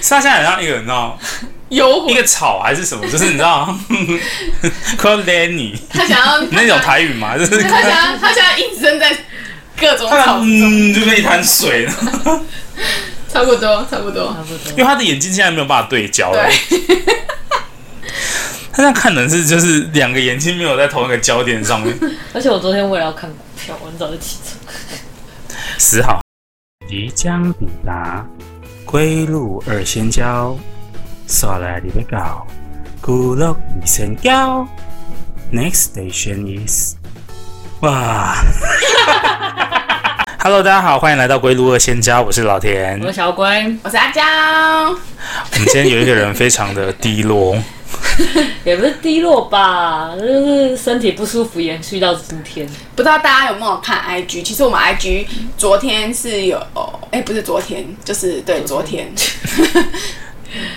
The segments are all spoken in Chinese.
是他现在很像一个你知 道游一魂，个草还是什么，就是你知道 快要勒你他想要那种台语嘛，就是他想要他想要隐身在各种他草，嗯就变一滩水 了，差不多差不多。差不因多。为他的眼睛现在没有办法对焦了。对， 他这样看人是就是两个眼睛没有在同一个焦点上面。而且我昨天为了要看股票，我很早就起床。十号即将抵达归路二仙交，刷来你要到古乐二仙交。Next station is 哇 ，Hello，大家好，欢迎来到归路二仙交，我是老田。我说小乖，我是阿娇，我们今天有一个人非常的低落，也不是低落吧，就是身体不舒服延续到今天。不知道大家有没有看 IG？其实我们 IG 昨天是有，哎、不是昨天，就是对昨天。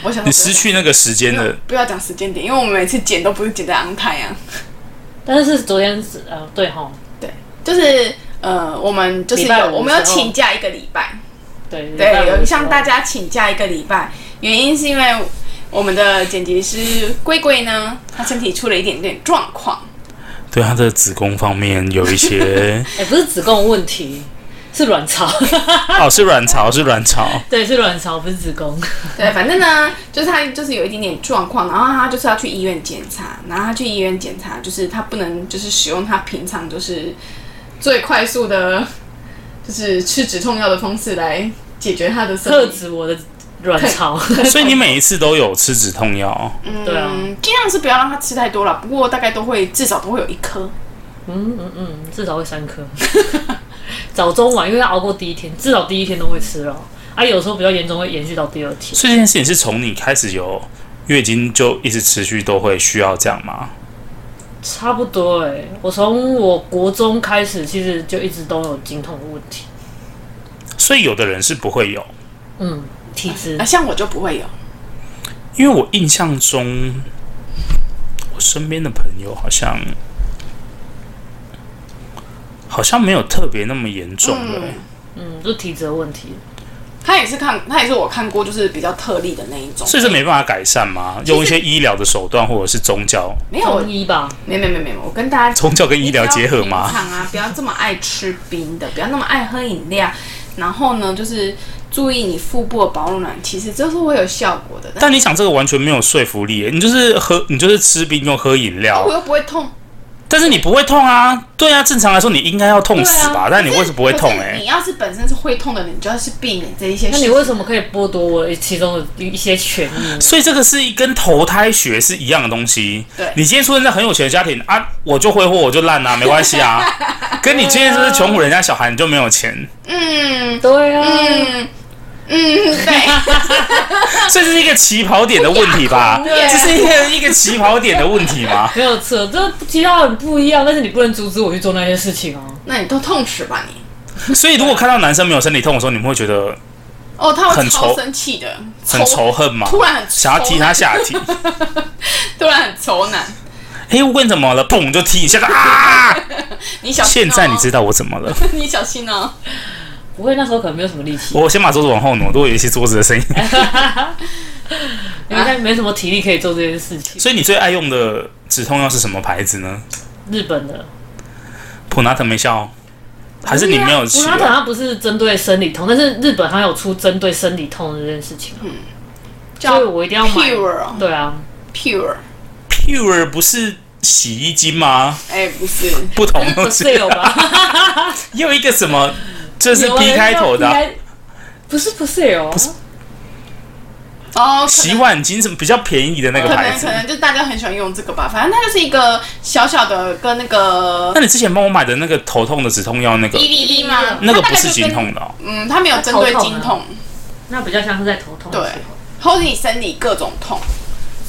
我想说你失去那个时间不要的，不要讲时间点，因为我们每次剪都不是剪在昂泰啊，但是昨天是呃，对吼，就是呃，我们就是礼拜有五的我们有时候请假一个礼拜，对对，有向大家家请假一个礼拜，原因是因为我们的剪辑师龟龟呢，他身体出了一点点状况，对他的子宫方面有一些，哎、不是子宫问题，是卵巢，哦，是卵巢，是卵巢。 对，是卵巢，不是子宫。对，反正呢，就是他就是有一点点状况，然后他就是要去医院检查，然后他去医院检查，就是他不能就是使用他平常就是最快速的， 就是吃止痛药的方式来解决他的身 特体指我的卵巢，所以你每一次都有吃止痛药，对 啊，嗯，尽量是不要让它吃太多了，不过大概都会至少都会有一颗。嗯嗯嗯，至少会三颗， 早中晚，因为熬过第一天，至少第一天都会吃了。啊，有时候比较严重，会延续到第二天。所以这件事情是从你开始有月经就一直持续都会需要这样吗？差不多哎、我从我国中开始，其实就一直都有经痛的问题。所以有的人是不会有，嗯，体质啊，像我就不会有，因为我印象中，我身边的朋友好像好像没有特别那么严重的、欸嗯嗯，就体质的问题。他也是看，他也是我看过就是比较特例的那一种。所以是没办法改善吗？用一些医疗的手段或者是宗教，没有，我中医吧，没没没没，我跟大家宗教跟医疗结合平吗？常啊，不要这么爱吃冰的，不要那么爱喝饮料，然后呢，就是注意你腹部的保暖，其实这是会有效果的。但但你想这个完全没有说服力耶，欸你就是喝，你就是吃冰又喝饮料我，又不会痛，但是你不会痛啊？对啊，正常来说你应该要痛死吧？对啊但你为什么不会痛、可欸？是你要是本身是会痛的人，你就要去避免这一些事那情。你为什么可以剥夺我其中的一些权 益呢？所以这个是跟投胎学是一样的东西。对你今天出生在很有钱的家庭啊，我就挥霍，我就烂 啊，没关系啊。跟你今天就是穷苦人家小孩，你就没有钱，嗯对啊，嗯嗯，对。所以这是一个起跑点的问题吧？啊不雅这观是一个一个起跑点的问题 吗？没有错，这其他很不一样，但是你不能阻止我去做那些事情哦。那你都痛死吧你！所以如果看到男生没有生理痛的时候，你们会觉得哦，他会很超仇生气的，很仇，恨吗？突然很想要踢仇他下 体，突然很愁男。哎、我问怎么了？砰就踢一下， 啊！你小心、哦，现在你知道我怎么了？你小心哦。不会，那时候可能没有什么力气，我先把桌子往后挪，如果有一些桌子的声音。啊因为那没什么体力可以做这件事情。所以你最爱用的止痛药是什么牌子呢？日本的普拿疼没效，还是你没哦有普吃拉疼啊？它不是针对生理痛，但是日本它有出针对生理痛的这件事情啊，所嗯叫以我一定要买。 pure 哦 对啊， pure， Pure 不是洗衣精吗？哎、不是，不同东不西是，有 吧？ 又一个什么？这是有啊 P 开头的啊、人家 P 开不是不是有，哦，可洗能碗精什么比较便宜的那个可牌能子可。能就大家很喜欢用这个吧，反正它就是一个小小的跟那个那你之前帮我买的那个头痛的止痛药，那个伊利利嘛，那个它大不概是就经跟，痛的、哦，嗯，它没有针对头痛啊经痛，那比较像是在头痛的时候。或是你生理各种痛，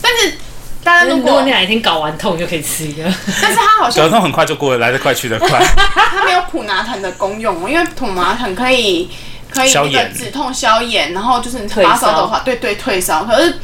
但是大但家是如如果果你，哪一天搞完痛，就可以吃一个。但是它好像止痛很快就过了，来得快去得快。它没有普拿疼的功用，因为普拿疼可以可以消那个炎止痛消炎，然后就是你退烧发烧的话，对对退烧。可是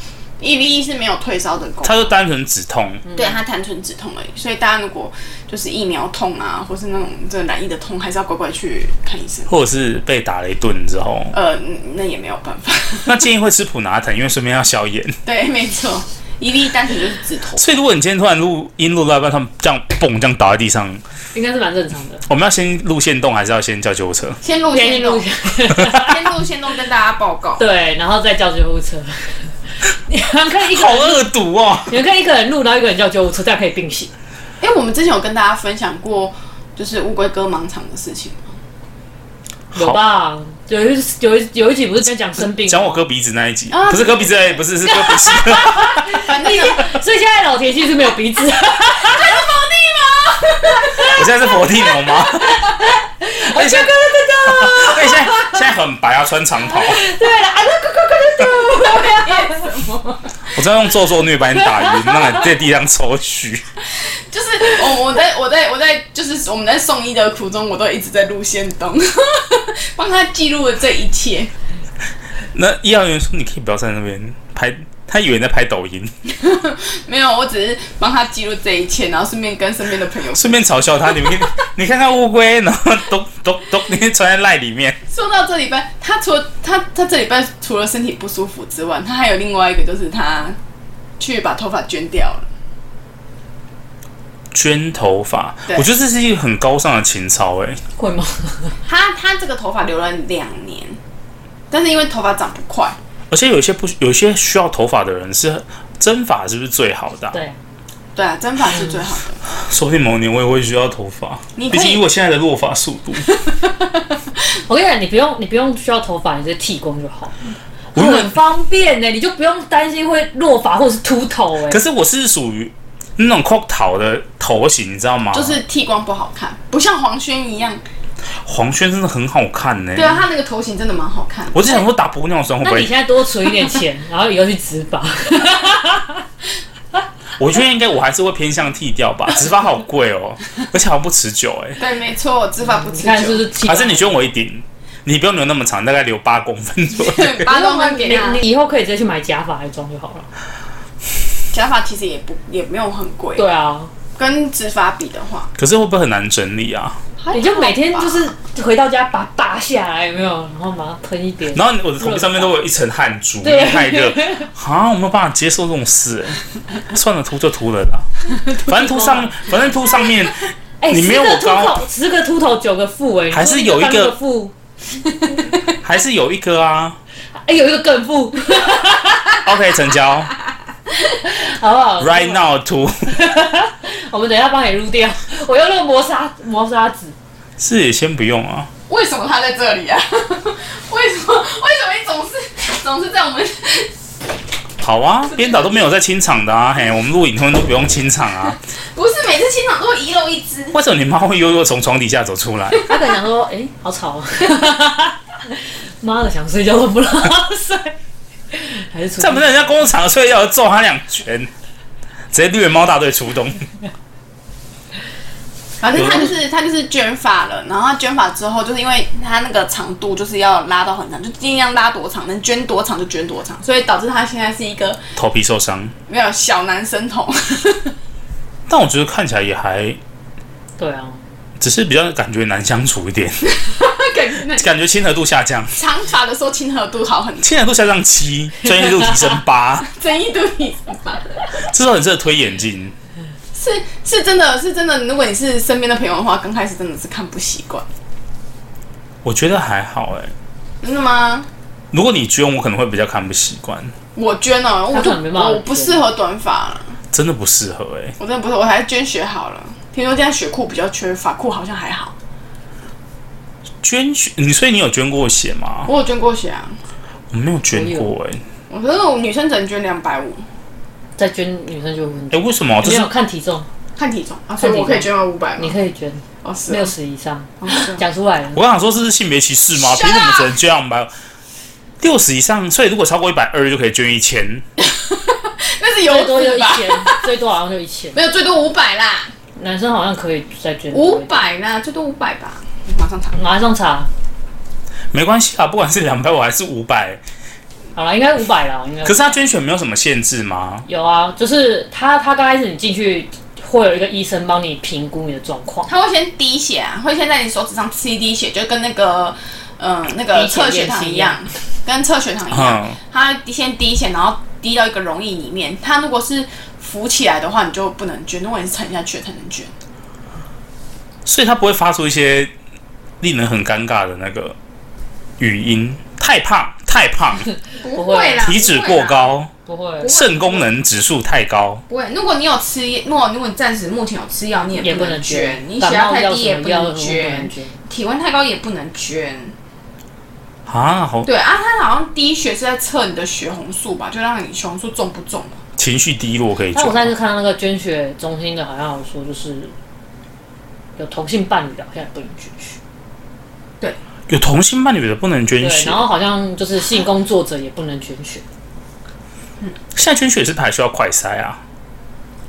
E V E 是没有退烧的功它就单纯止痛，对它单纯止痛而已。所以大家如果就是疫苗痛啊，或是那种这个染疫的痛，还是要乖乖去看医生。或者是被打了一顿之后，呃，那也没有办法。那建议会吃普拿疼，因为顺便要消炎。 对，没错，E V 单纯就是止痛。所以如果你今天突然录音录到一半，他们这样蹦这样倒在地上，应该是蛮正常的。我们要先录线动，还是要先叫救护车？先录先先录录一下，先录先录跟大家报告。对，然后再叫救护车。你们可以一个好人，恶毒哦！你们可以一个人录，然后一个人叫救护车，这样可以并行。因哎为我们之前有跟大家分享过，就是乌龟割盲肠的事情。有吧？有一有一有一集不是在讲生病吗，讲我割鼻子那一集，啊不是割鼻子， 哎不是是割鼻息。反正所以现在老田其实没有鼻子，我现在是佛地魔 吗？哎而且而且哎现在现在很白啊，穿长袍。我正在用做作虐把你打晕，让你在地上抽搐。就是我我在我在我在就是我们在送医的途中，我都一直在录线动， 帮他记录了这一切。那医疗员说：“你可以不要在那边拍。”他以为你在拍抖音，没有，我只是帮他记录这一切，然后顺便跟身边的朋友顺便嘲笑他。你们可以 你看看乌龟，然后咚咚咚，你传在赖里面。说到这礼拜，他除了他他这礼拜除了身体不舒服之外，他还有另外一个就是他去把头发捐掉了。捐头发，对我觉得这是一个很高尚的情操哎、会吗？他他这个头发留了两年，但是因为头发长不快，而且有些不有些需要头发的人是真发是不是最好的啊、对，对啊，真发是最好的。说不定某年我也会需要头发，你可毕以竟以我现在的落发速度，我跟你讲，你不用你不用需要头发，你直接剃光就好，我原很本方便欸呢、你就不用担心会落发或者是秃头哎、可是我是属于那种扣头的头型，你知道吗？就是剃光不好看，不像黄轩一样。黄轩真的很好看呢、对啊，他那个头型真的蛮好看的。我就想说打玻尿酸会那不你会现？在多存一点钱，然后以后去植 发，我觉得应该我还是会偏向剃掉 吧，植发好贵哦、而且好像不持久哎、对，没错，我植发不你持看是不久。是剃？还是你捐我一顶，你不用留那么长，大概留八公分左右。 对，八公分给他你，你以后可以直接去买假发来装就好了。假发其实也不也没有很贵，对啊，跟植发比的话，可是会不会很难整理啊？你就每天就还是好吧回到家把它拔下来，有没有？然后把它喷一点。然后我的头皮上面都有一层汗珠，因对为太热，啊，我没有办法接受这种事、哎算了，涂就涂了啦，反正涂上，反正涂上面哎、你没有我十个秃高头，十个秃头九个富哎、你说还是有一个你三富，还是有一个啊。哎、有一个更富， OK，成交好不好，right now 涂我们等一下帮你撸掉。我用那个磨砂磨砂纸，是也先不用啊。为什么他在这里啊？ 为什么为什么你总是总是在我们？好啊，编导都没有在清场的啊，嘿，我们录影通常都不用清场啊。不是每次清场都会遗漏一只，为什么你妈会悠悠从床底下走出来？他可能想说，哎、好吵、哦。 妈的，想睡觉都不让他睡，还是出在我们在人家工厂睡觉，揍他两拳，直接绿人猫大队出动。反正他就是他就是卷发了，然后他卷发之后，就是因为他那个长度就是要拉到很长，就尽量拉多长，能卷多长就卷多长，所以导致他现在是一个头皮受伤，没有小男生头。 但我觉得看起来也还，对啊，只是比较感觉难相处一点，感觉那感觉亲和度下降， 长发的时候亲和度好很，亲和度下降七，专业度提升 八，争议度也蛮这时候很适合推眼镜。是是真的是真的，如果你是身边的朋友的话，刚开始真的是看不习惯，我觉得还好哎、真的吗？如果你捐，我可能会比较看不习惯，我捐哦，我他就可能没办法我不适合短发了，真的不适合哎、我真的不是，我还是捐血好了。听说现在血库比较缺，发库好像还好。捐血，你所以你有捐过血吗？我有捐过血啊，我没有捐过哎、我觉得我女生只能捐两百五，再捐女生就有问题。哎、为什么？这没是有看体重，看体重啊，所以我可以捐到五百你吗？可以捐哦，是六哦十以上，哦是哦讲出来了。我刚想说这是性别歧视吗？ Shut 凭 up！什么只能捐两百？六十以上，所以如果超过一百二就可以捐一千。那是最油多就脂一吧？千，最多好像就一千。没有，最多五百啦，男生好像可以再捐多五一点，百啦，最多五百吧。马上查，马上查。没关系啊，不管是两百五还是五百，好了，应该五百啦，应该呃可是他捐血没有什么限制吗？有啊，就是他他刚开始你进去会有一个医生帮你评估你的状况，他会先滴血啊，会先在你手指上吃一滴血，就跟那个嗯、呃那滴个血测血验糖是一一样样，跟测血糖一样，嗯，他先滴血，然后滴到一个溶液里面。他如果是浮起来的话，你就不能捐；如果你是沉下去的才能捐。所以他不会发出一些令人很尴尬的那个语音，太胖、太胖、不会会啦，体脂不会啦过，高、不会不会肾功能指数太高。不会。如果你有吃，如果如果你暂时目前有吃药，你也也不不能能捐，你感血压冒太药低什也么不药能什么不捐，能捐，体温太高也不能捐。啊，好对啊，他好像滴血是在测你的血红素吧，就让你血红素重不重嘛。情绪低落可以但做我。上次看到那个捐血中心的，好像有说就是有同性伴侣的，好像也不能捐血。有同性伴侣的不能捐对，血然，后好像就是性工作者也不能捐血。现在捐血是不是还需要快筛啊？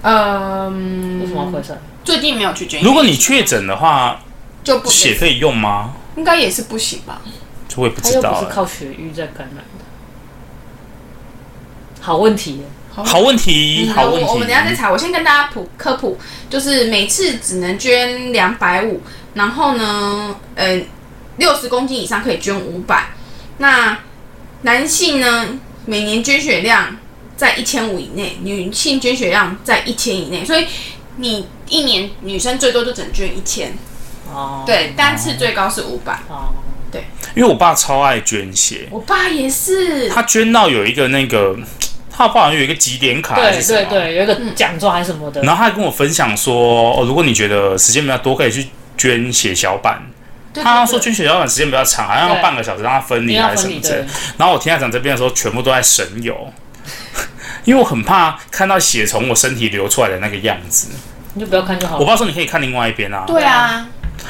嗯，为什么要快筛？最近没有去捐，如果你确诊的话，就不血可以用吗？应该也是不行吧？这我也不他知又道不是欸。靠血瘀在感染的。好问题耶，好问题，好问嗯我我们等一下再题。查。我先跟大家普科普，就是每次只能捐两百五，然后呢，嗯、六十公斤以上可以捐五百。那男性呢，每年捐血量在一千五以内，女性捐血量在一千以内，所以你一年女生最多就只能捐一千，哦，，对，单次最高是五百。哦，因为我爸超爱捐血，我爸也是，他捐到有一个那个，他爸好像有一个几点卡还对是什对么，对，有一个奖状还是什么的，然后他还跟我分享说，哦，如果你觉得时间比较多，可以去捐血小板。对他对说对捐血小板时间比较长，好像要对半个小时让他分一定离要还是什分么离之类对的。然后我听他讲这边的时候，全部都在神游，因为我很怕看到血从我身体流出来的那个样子。你就不要看就好我了。爸说你可以看另外一边啊，对啊，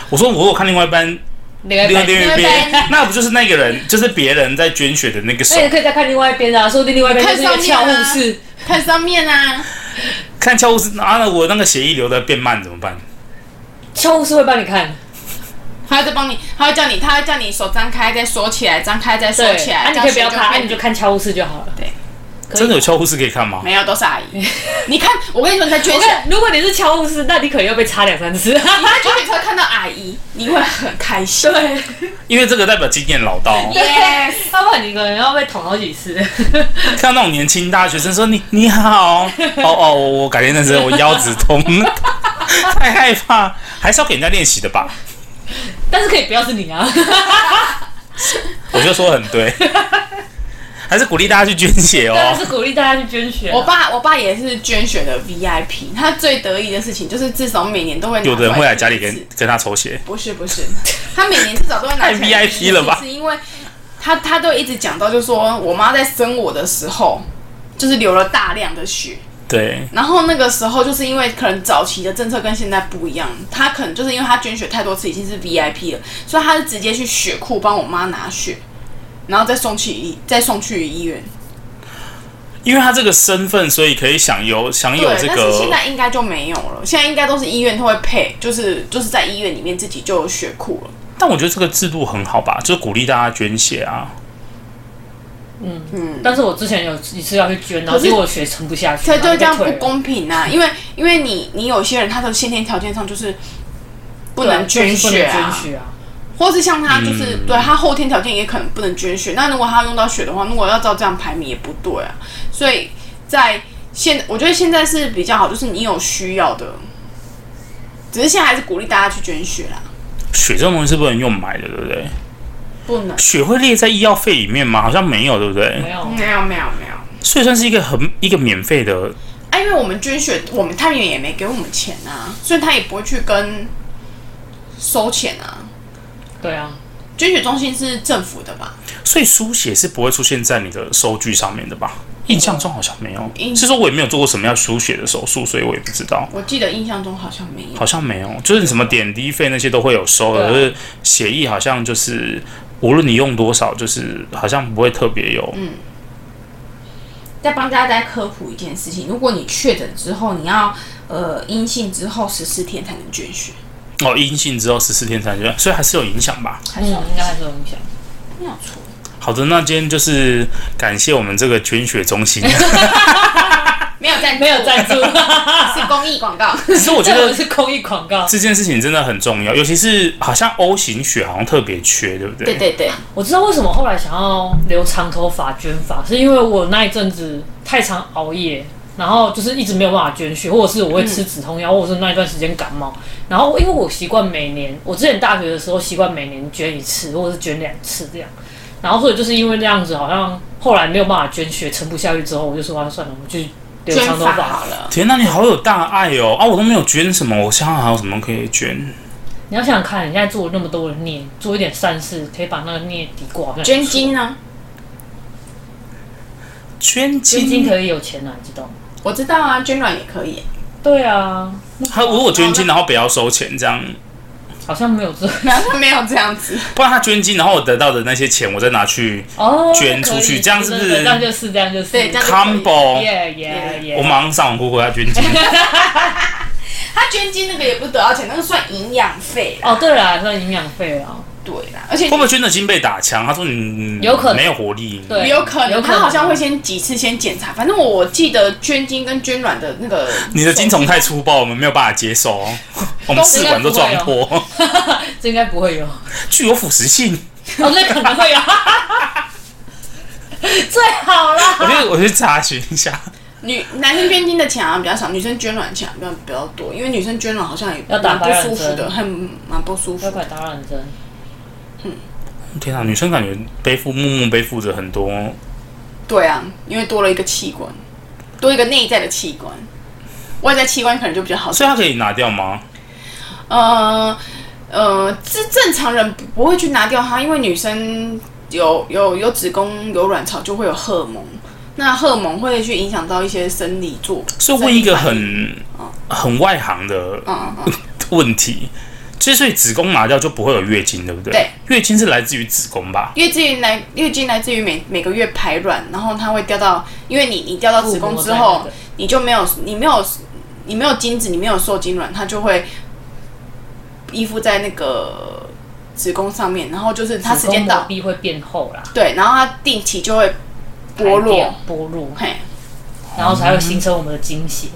我说如果我看另外一边，另外另外一一边，边，另外一边那不就是那个人，就是别人在捐血的那个手那，哎也可以再看另外一边啊，说不定另外一边就是一个看上翘护面啊士。看上面啊，看教务室啊，那我那个血液流的变慢怎么办？翘护士会帮你看，他会再帮你，他会叫你，他会叫你手张开再缩起来，张开再缩对，起啊来。你可以不要这样看，啊血你就就看翘护士就好了。对，可以真的有教护士可以看吗？没有都是阿 姨。你看，我跟你说，你在捐我血，看，如果你是乔布斯，那你可能要被插两三次。你在捐血车看到阿姨，你会很开 心。对，因为这个代表经验老 道， Yes，要不然你可能要被捅好几次。 看到那种年轻大学生说你你好，哦 哦，我我改天认识，我腰子痛， 太害怕，还是要给人家练习的吧？但是可以不要是你啊， 我就说得很对， 还是鼓励大家去捐血当然哦。是鼓励大家去捐血啊。我爸，我爸也是捐血的 VIP。他最得意的事情就是，至少每年都会拿有的人会来家里出一跟次跟他抽血，不是不是，他每年至少都会拿出来太 VIP 了吧是因为他他都一直讲到，就是说我妈在生我的时候，就是流了大量的血。对，然后那个时候就是因为可能早期的政策跟现在不一样，他可能就是因为他捐血太多次已经是 VIP 了，所以他是直接去血库帮我妈拿血，然后再送去医再送去医院。因为他这个身份，所以可以享有享有对，这但是现个在应该就没有了，现在应该都是医院他会配，就是就是在医院里面自己就有血库了。但我觉得这个制度很好吧，就是鼓励大家捐血啊。但是我之前有一次要去捐，然后可是结果血撑不下去，对然后对，这就被样不退了公平 啊！因为因为你你有些人他的先天条件上就是不能捐不能血啊，捐血啊。或是像他就是、对他后天条件也可能不能捐血，那如果他用到血的话，如果要照这样排名也不对啊。所以在现，我觉得现在是比较好，就是你有需要的，只是现在还是鼓励大家去捐血啦。血这种东西是不能用买的，对不对？不能，血会列在医药费里面吗？好像没有，对不对？没有，没有没有没有，所以算是一个很一个免费的，啊，因为我们捐血，我们他们也没给我们钱啊，所以他也不会去跟收钱啊。对啊，捐血中心是政府的吧？所以输血是不会出现在你的收据上面的吧？印象中好像没有，印是说我也没有做过什么要输血的手术，所以我也不知道，我记得印象中好像没有。好像没有，就是你什么点滴费那些都会有收的，可对是血液好像就是无论你用多少，就是好像不会特别有，再帮大家再科普一件事情：如果你确诊之后，你要呃阴性之后十四天才能捐血，哦，阴性之后十四天才能捐，所以还是有影响吧？还嗯，是有应该还是有影响。没有错？好的，那今天就是感谢我们这个捐血中心。没有赞助，没有赞 助，是公益广告。其实我觉这得是公益广告。这件事情真的很重要，尤其是好像 O 型血好像特别缺，对不对？对对对，我知道为什么后来想要留长头发捐发，是因为我那一阵子太常熬夜，然后就是一直没有办法捐血，或者是我会吃止痛药，或者是那一段时间感冒。然后因为我习惯每年，我之前大学的时候习惯每年捐一次，或者是捐两次这样。然后所以就是因为这样子，好像后来没有办法捐血，撑不下去之后，我就说啊，算了，我去留捐长头发发好。了，天哪、你好有大爱哦！啊，我都没有捐什么，我想想还有什么可以捐？你要想想看，你现在做了那么多的孽，做一点善事，可以把那个孽抵过，好像捐精呢？捐精？捐精可以有钱啊，你知道吗？我知道啊，捐卵也可以。对啊，还如果捐精，然后不要收钱，这样，好像没有这然后他没有这样子，不然他捐精，然后我得到的那些钱，我再拿去哦，捐出去可以这样是不是对对对这样就是这样就是，对，这样就可以 combo。耶耶耶，我马上上网 g o 要捐精。他捐精那个也不得到钱，那个算营养费啦。哦，对啦，算营养费啊， 对啦，而且会不会捐的金被打枪？他说你有可能没有活力。对有可有能可能他好像会先几次先检查，反正我记得捐精跟捐卵的那个，你的精虫太粗暴，我们没有办法接 受，我们试管都撞破，这应该不 会有，哦，具有腐蚀性。这可能 会有，最好啦，我去我去查询一下，女男生捐精的钱好像啊比较少，女生捐卵钱好像比较多，因为女生捐卵好像也要打蛮不白染舒服的，针很蛮不舒服要的。打打染针，天啊，女生感觉背负默默背负着很多，对啊，因为多了一个器官，多一个内在的器官，外在器官可能就比较好。所以她可以拿掉吗？呃呃，这正常人不不会去拿掉它，因为女生有有有子宫有卵巢就会有荷尔蒙，那荷尔蒙会去影响到一些生理作用。所以问一个生理很很外行的反应，嗯嗯嗯，问题，之所以子宫拿掉就不会有月经，对不对？对，月经是来自于子宫吧？月经来月经来自于每每个月排卵，然后它会掉到，因为你你掉到子宫之腹膜在后那个，你就没有你没有你没有精子，你没有受精卵，它就会依附在那个子宫上面，然后就是它时间子宫到膜，壁会变厚啦，对，然后它定期就会剥排落掉，剥落，嘿，然后才会形成我们的精血，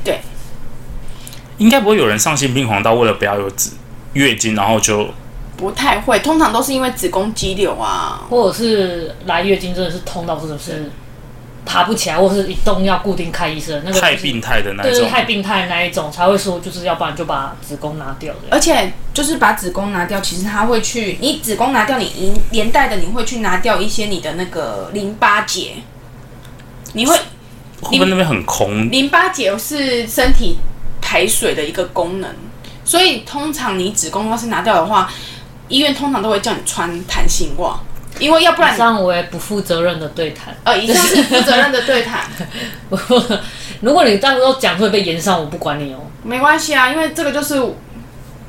应该不会有人丧心病狂到为了不要有子月经，然后就不太会，通常都是因为子宫肌瘤啊，或者是来月经真的是痛到真的是爬不起来，或者是一动要固定看医生，那个太就是病态的那对，一就是种。太病态的那一种才会说，就是要不然就把子宫拿掉的。而且就是把子宫拿掉，其实它会去，你子宫拿掉，你连连带的你会去拿掉一些你的那个淋巴结，你会会不会那边很空？淋巴结是身体排水的一个功能，所以通常你子宫要是拿掉的话，医院通常都会叫你穿弹性袜，因为要不然以上为不负责任的对谈。 呃，以上是负责任的对谈，如果你到时候讲会被延上，我不管你哦。没关系啊，因为这个就是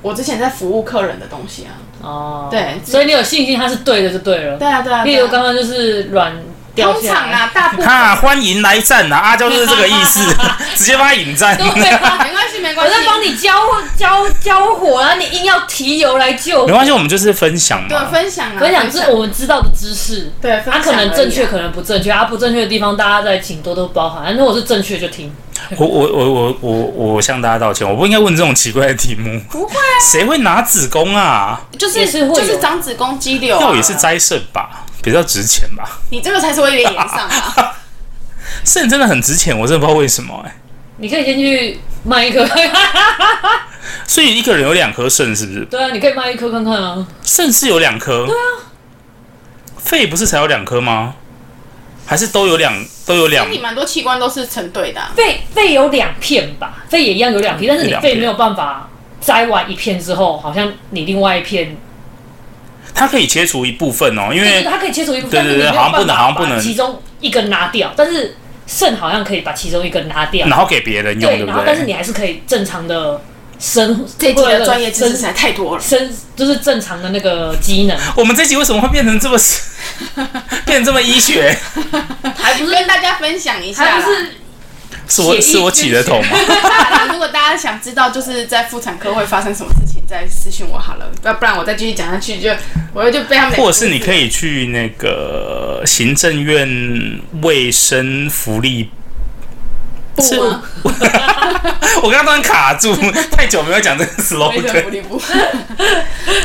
我之前在服务客人的东西啊。哦，对所以你有信心它是对的就对了。对啊，对啊，例对如啊刚刚就是软掉通下常，来啊，大 部分哈、欢迎来战啊！阿娇就是这个意思，直接帮他引战。 对啊，没关系，没我关系，在帮你浇浇浇火，然后你硬要提油来救没。关系，我们就是分享对嘛。分享啊，分享是我们知道的知识，对分享它、可能而已啊正确，可能不正确，啊不正确的地方大家再请多多包涵。啊如果是正确就听，我我我我我我向大家道歉，我不应该问这种奇怪的题目。不会啊，谁会拿子宫啊？就是也是会有就是长子宫肌瘤啊，药也是摘肾吧，比较值钱吧。你这个才是会被延上啊， 肾真的很值钱，我真的不知道为什么哎、你可以先去卖一颗， 所以一个人有两颗肾是不是？对啊，你可以卖一颗看看啊。肾是有两颗。对啊。肺不是才有两颗吗？还是都有两都有两身？体蛮多器官都是成对的啊，肺肺有两片吧，肺也一样有两片，但是嗯你有两片肺没有办法摘完一片之后，好像你另外一片，它可以切除一部分哦，因就是为它可以切除一部分，对对对但是你没有好像不能办法好像不把能其中一根拿掉，但是肾好像可以把其中一根拿掉，然后给别人用，对，对不然后但是对？你还是可以正常的生，这一集的专业知识实生在太多了，生就是正常的那个机能，我们这集为什么会变成这么 变成这么医学？还不是跟大家分享一下还啦，不是是我血液是我起的头吗？ 好啦如果大家想知道就是在妇产科会发生什么事情，再私信我好了，不不然我再继续讲下去就我就被他们两个或者是你可以以去那个行政院卫生福利，是 不吗？我刚刚突然卡住，太久没有讲这个卫生 slogan，福利部。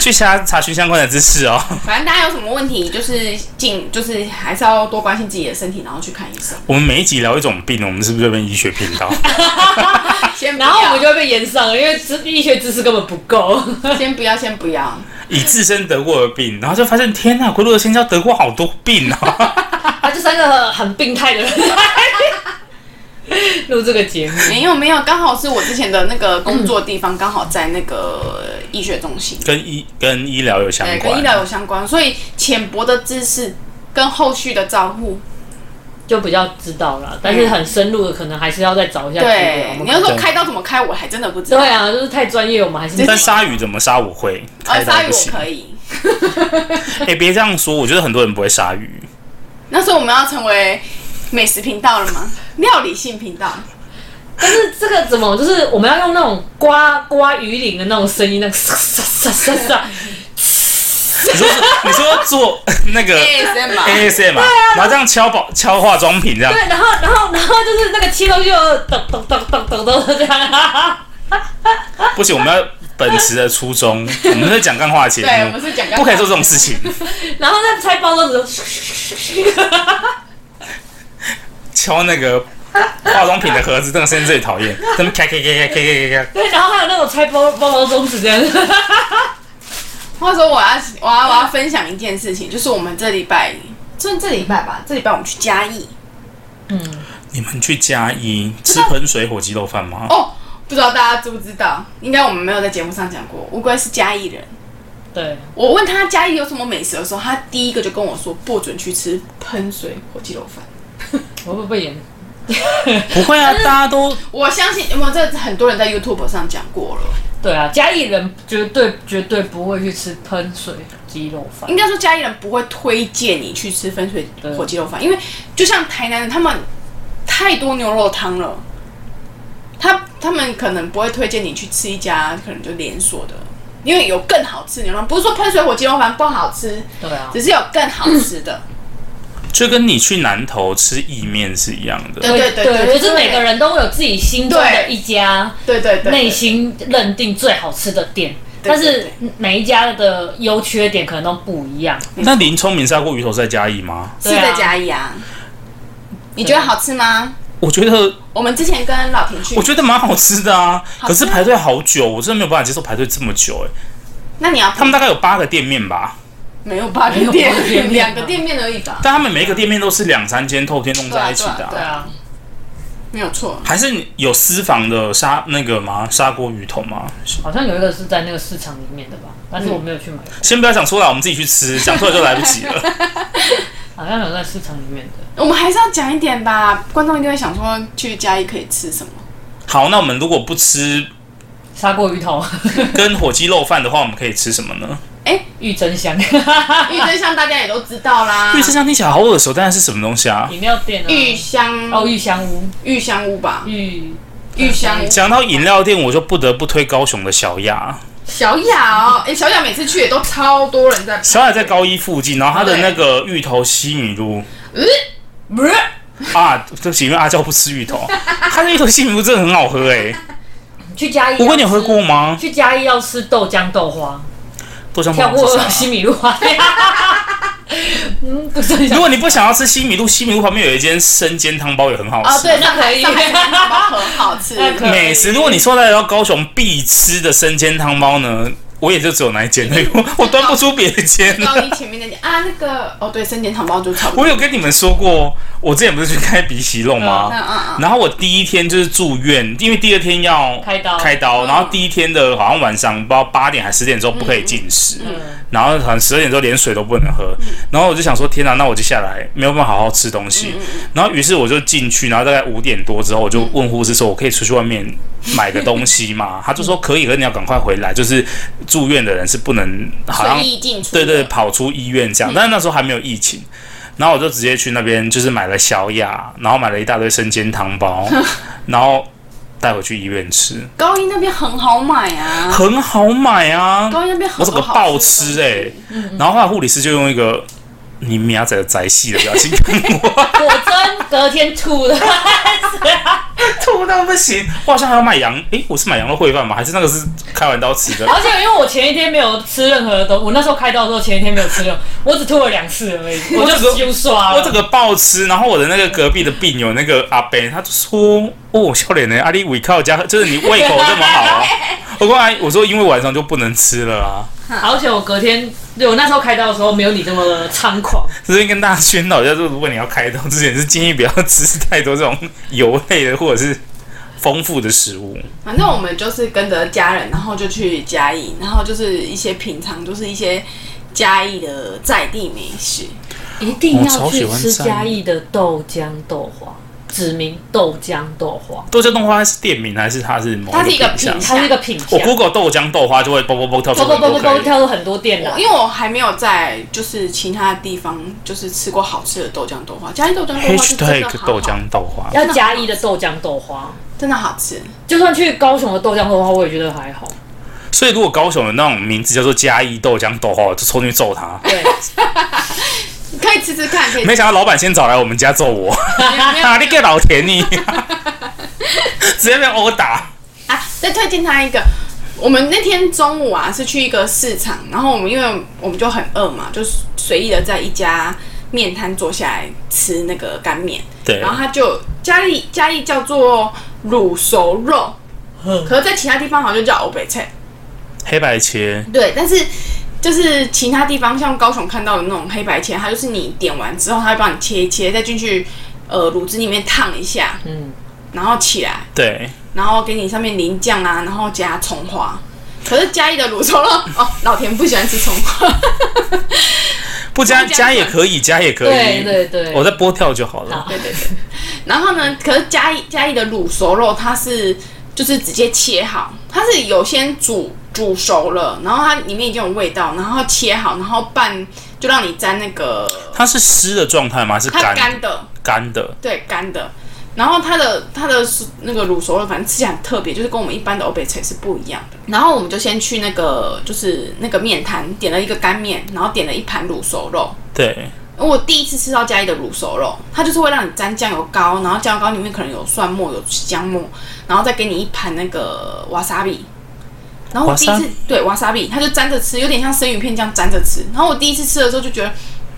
去下查询相关的知识哦。 反正大家有什么问题，就是进，就是还是要多关心自己的身体，然后去看医 生。我们每一集聊一种病，我们是不是就变医学频 道？先不要然后我们就会被延上了，因为知医学知识根本不够。 先不要，先不要。以自身得过的病，然后就发现天呐，龟鹿的香蕉得过好多病 哦。他啊就三个很病态的人 录这个节目， 没有没有，刚好是我之前的那个工作地方，刚好在那个医学中心，跟医跟医疗有相对，跟医关，疗有相关，所以浅薄的知识跟后续的照顾，就比较知道了，但是很深入的可能还是要再找一下资料。对我，们你要说对开刀怎么开，我还真的不知道。哦对，啊，就是太专业，我们还是但鲨鱼怎么杀我会开呃，刀鲨鱼不我行。可以。 哎、别这样说，我觉得很多人不会鲨 鱼。那时候我们要成为美食频道了吗？料理性频 道，但是这个怎么就是我们要用那种刮刮鱼鳞的那种声音， 那个沙沙沙沙沙，你说你说做那 个 ASMR ASM 啊，然后这样敲宝敲化妆品这样对，，然后然后然后就是那个切东西就噔噔噔噔噔噔这样，不行，我们要本持的初 衷，我们是讲干话节对，我目们，是讲干话不可以做这种事情。 然后再拆包装的时候， 敲那个化妆品的盒子，这个声音最讨厌， 他们咔咔咔咔咔咔咔咔。对，然后还有那种拆包包包中指这样。 话说我要我要我要分享一件事情，就是我们这礼拜，这这礼拜吧，这礼拜我们去嘉义嗯你们去嘉义吃喷水火鸡肉饭吗？哦，不知道大家知不知道？应该我们没有在节目上讲过，乌龟是嘉义人。对，我问他嘉义有什么美食的时候，他第一个就跟我说不准去吃喷水火鸡肉饭。我会不会演？不会啊，大家都我相信，我这很多人在 YouTube 上讲过了，对啊，嘉义人绝对绝对不会去吃喷水鸡肉饭应。该说嘉义人不会推荐你去吃喷水火鸡肉饭，因为就像台南人，他们太多牛肉汤了。他他们可能不会推荐你去吃一家可能就连锁的，因为有更好吃的牛肉，不是说喷水火鸡肉饭不好吃，对啊，只是有更好吃的。就跟你去南投吃意面是一样的对。对对对对就是每个人都会有自己心中的一家对对对，内心认定最好吃的店，对但对是每一家的优缺点可能都不一样。那林聪明砂锅鱼头是在嘉义吗？是对啊在嘉义啊。你觉得好吃吗？我觉得我们之前跟老田去我，觉得蛮好吃的啊，好吃可是排队好久，我真的没有办法接受排队这么久、欸。那你要他们大概有八个店面吧，没有八没个有八店个店，面两个店面而已吧，但他们每一个店面都是两三间透天弄在一起的、对啊，没有错。还是你有私房的砂那个吗？砂锅鱼头吗？好像有一个是在那个市场里面的吧，但是我没有去买，先不要讲出来，我们自己去 吃，讲出来就来不及了。好像有在市场里面的。我们还是要讲一点吧，观众一定会想说去嘉义可以吃什么？好，那我们如果不吃砂锅鱼头、 跟火鸡肉饭的话，我们可以吃什么呢？玉 珍香、玉珍香大家也都知道啦因，为这像听起来好耳熟，但是是什么东西啊？饮料店啊，玉香哦玉香屋、玉香屋吧，玉玉香屋讲到饮料店，我就不得不推高雄的小雅。小雅哦，哎，小雅每次去也都超多人在排，小雅在高一附近，然后她的那个芋头西米露呃不是啊，对不起，因为阿娇不吃芋头，她的芋头西米露真的很好喝哎、去嘉义。不过你有喝过？吗？去嘉义要吃豆浆豆花，豆浆跳包过是啥西米露花 店。嗯，不是很如想。果你不想要吃西米露，西米露旁边有一间生煎汤包也很好啊，吃。对，上可海以上海餐包很好吃，那可以美食，如果你说来到高雄必吃的生煎汤包呢，我也就只有那一间 而已，我我端不出别的间。高一前面那间啊，那个哦，对，生煎糖包就差不多。我有跟你们说过，我之前不是去开鼻息肉吗？嗯嗯嗯然后我第一天就是住院，因为第二天要开刀开刀，嗯然后第一天的好像晚上不知道八点还十点之后不可以进食，然后好像十二点之后连水都不能喝，然后我就想说天哪，那我就下来没有办法好好吃东西，然后于是我就进去，然后大概五点多之后我就问护士说，我可以出去外面买个东西吗？他就说可以，可是你要赶快回来，就是住院的人是不能好像随意进出，对对，，跑出医院这样，但是那时候还没有疫情。然后我就直接去那边，就是买了小雅，然后买了一大堆生煎汤包，然后带回去医院吃，高一那边很好买啊，很好买啊，高一那边很 我整多个好爆吃吃的哎、东西嗯然后后来护理师就用一个你苗仔的宅系的表情看 我， 果真隔天吐了，吐到不行。我好像还要买羊，诶，我是买羊肉烩饭吗？还是那个是开完刀吃的？ 而且因为我前一天没有吃任何的东，我那时候开刀的时候前一天没有吃任何，我只吐了两次而已，我这个就就刷我整了。个爆吃，然后我的那个隔壁的病友那个阿伯，他就说：“哦，笑脸呢，阿力胃口加，就是你胃口这么好啊。” 我过来我说：“因为晚上就不能吃了啊。而且我隔天，对我那时候开刀的时候没有你这么猖狂，”所以跟大家宣导一下，就是如果你要开刀之前，是建议不要吃太多这种油类的或者是丰富的食物。反正我们就是跟着家人，然后就去嘉义，然后就是一些平常就是一些嘉义的在地美食。一定我要超喜去欢吃蘸嘉义的豆浆豆花，指名豆浆豆花，豆浆豆花是店名还是它是某它是一个品项品？它是一个品我相。 Google 豆浆豆花就会啵啵啵跳出不很不多不不可不，以。跳出很多店啦我。因为我还没有在就是其他地方就是吃过好吃的豆浆豆花，嘉义豆浆豆花是真的 Hashtag 好豆浆豆花，要嘉义的豆浆豆花，真的好吃。就算去高雄的豆浆豆花，我也觉得还好。所以如果高雄有那种名字叫做嘉义豆浆豆花，我就冲进去揍 他。对，你可以吃吃看，可以没想到老板先找来我们家揍我，没有啊， 你给老田 你，直接被殴打。啊，再推荐他一个。我们那天中午啊是去一个市场，然后我们因为我们就很饿嘛，就随意的在一家面摊坐下来吃那个干面，对然，后他就嘉义嘉义叫做卤熟肉，可是在其他地方好像就叫欧北菜。黑白切，对，但是就是其他地方像高雄看到的那种黑白切，它就是你点完之后，它会帮你切一切，再进去呃卤汁里面烫一下，嗯，然后起来，对，然后给你上面淋酱啊，然后加葱花。可是嘉义的卤熟肉 哦，老田不喜欢吃葱花， 不加不加加也可以，加也可以。对对对我再拨跳就好了好。对对对。然后呢，可是嘉义嘉义的卤熟肉它是就是直接切好，它是有先煮煮熟了，然后它里面已经有味道，然后切好，然后拌就让你沾那个它是湿的状态吗？还是它干干的，干的？对，干的。然后它的它的那个卤熟肉，反正吃起来很特别，就是跟我们一般的欧北菜是不一样的。然后我们就先去那个就是那个面摊点了一个干面，然后点了一盘卤熟肉。对，我第一次吃到嘉义的卤熟肉，它就是会让你沾酱油膏，然后酱油膏里面可能有蒜末、有姜末，然后再给你一盘那个瓦萨比。然后我第一 wasabi 次对瓦萨比，它就沾着吃，有点像生鱼片这样沾着吃。然后我第一次吃的时候就觉得，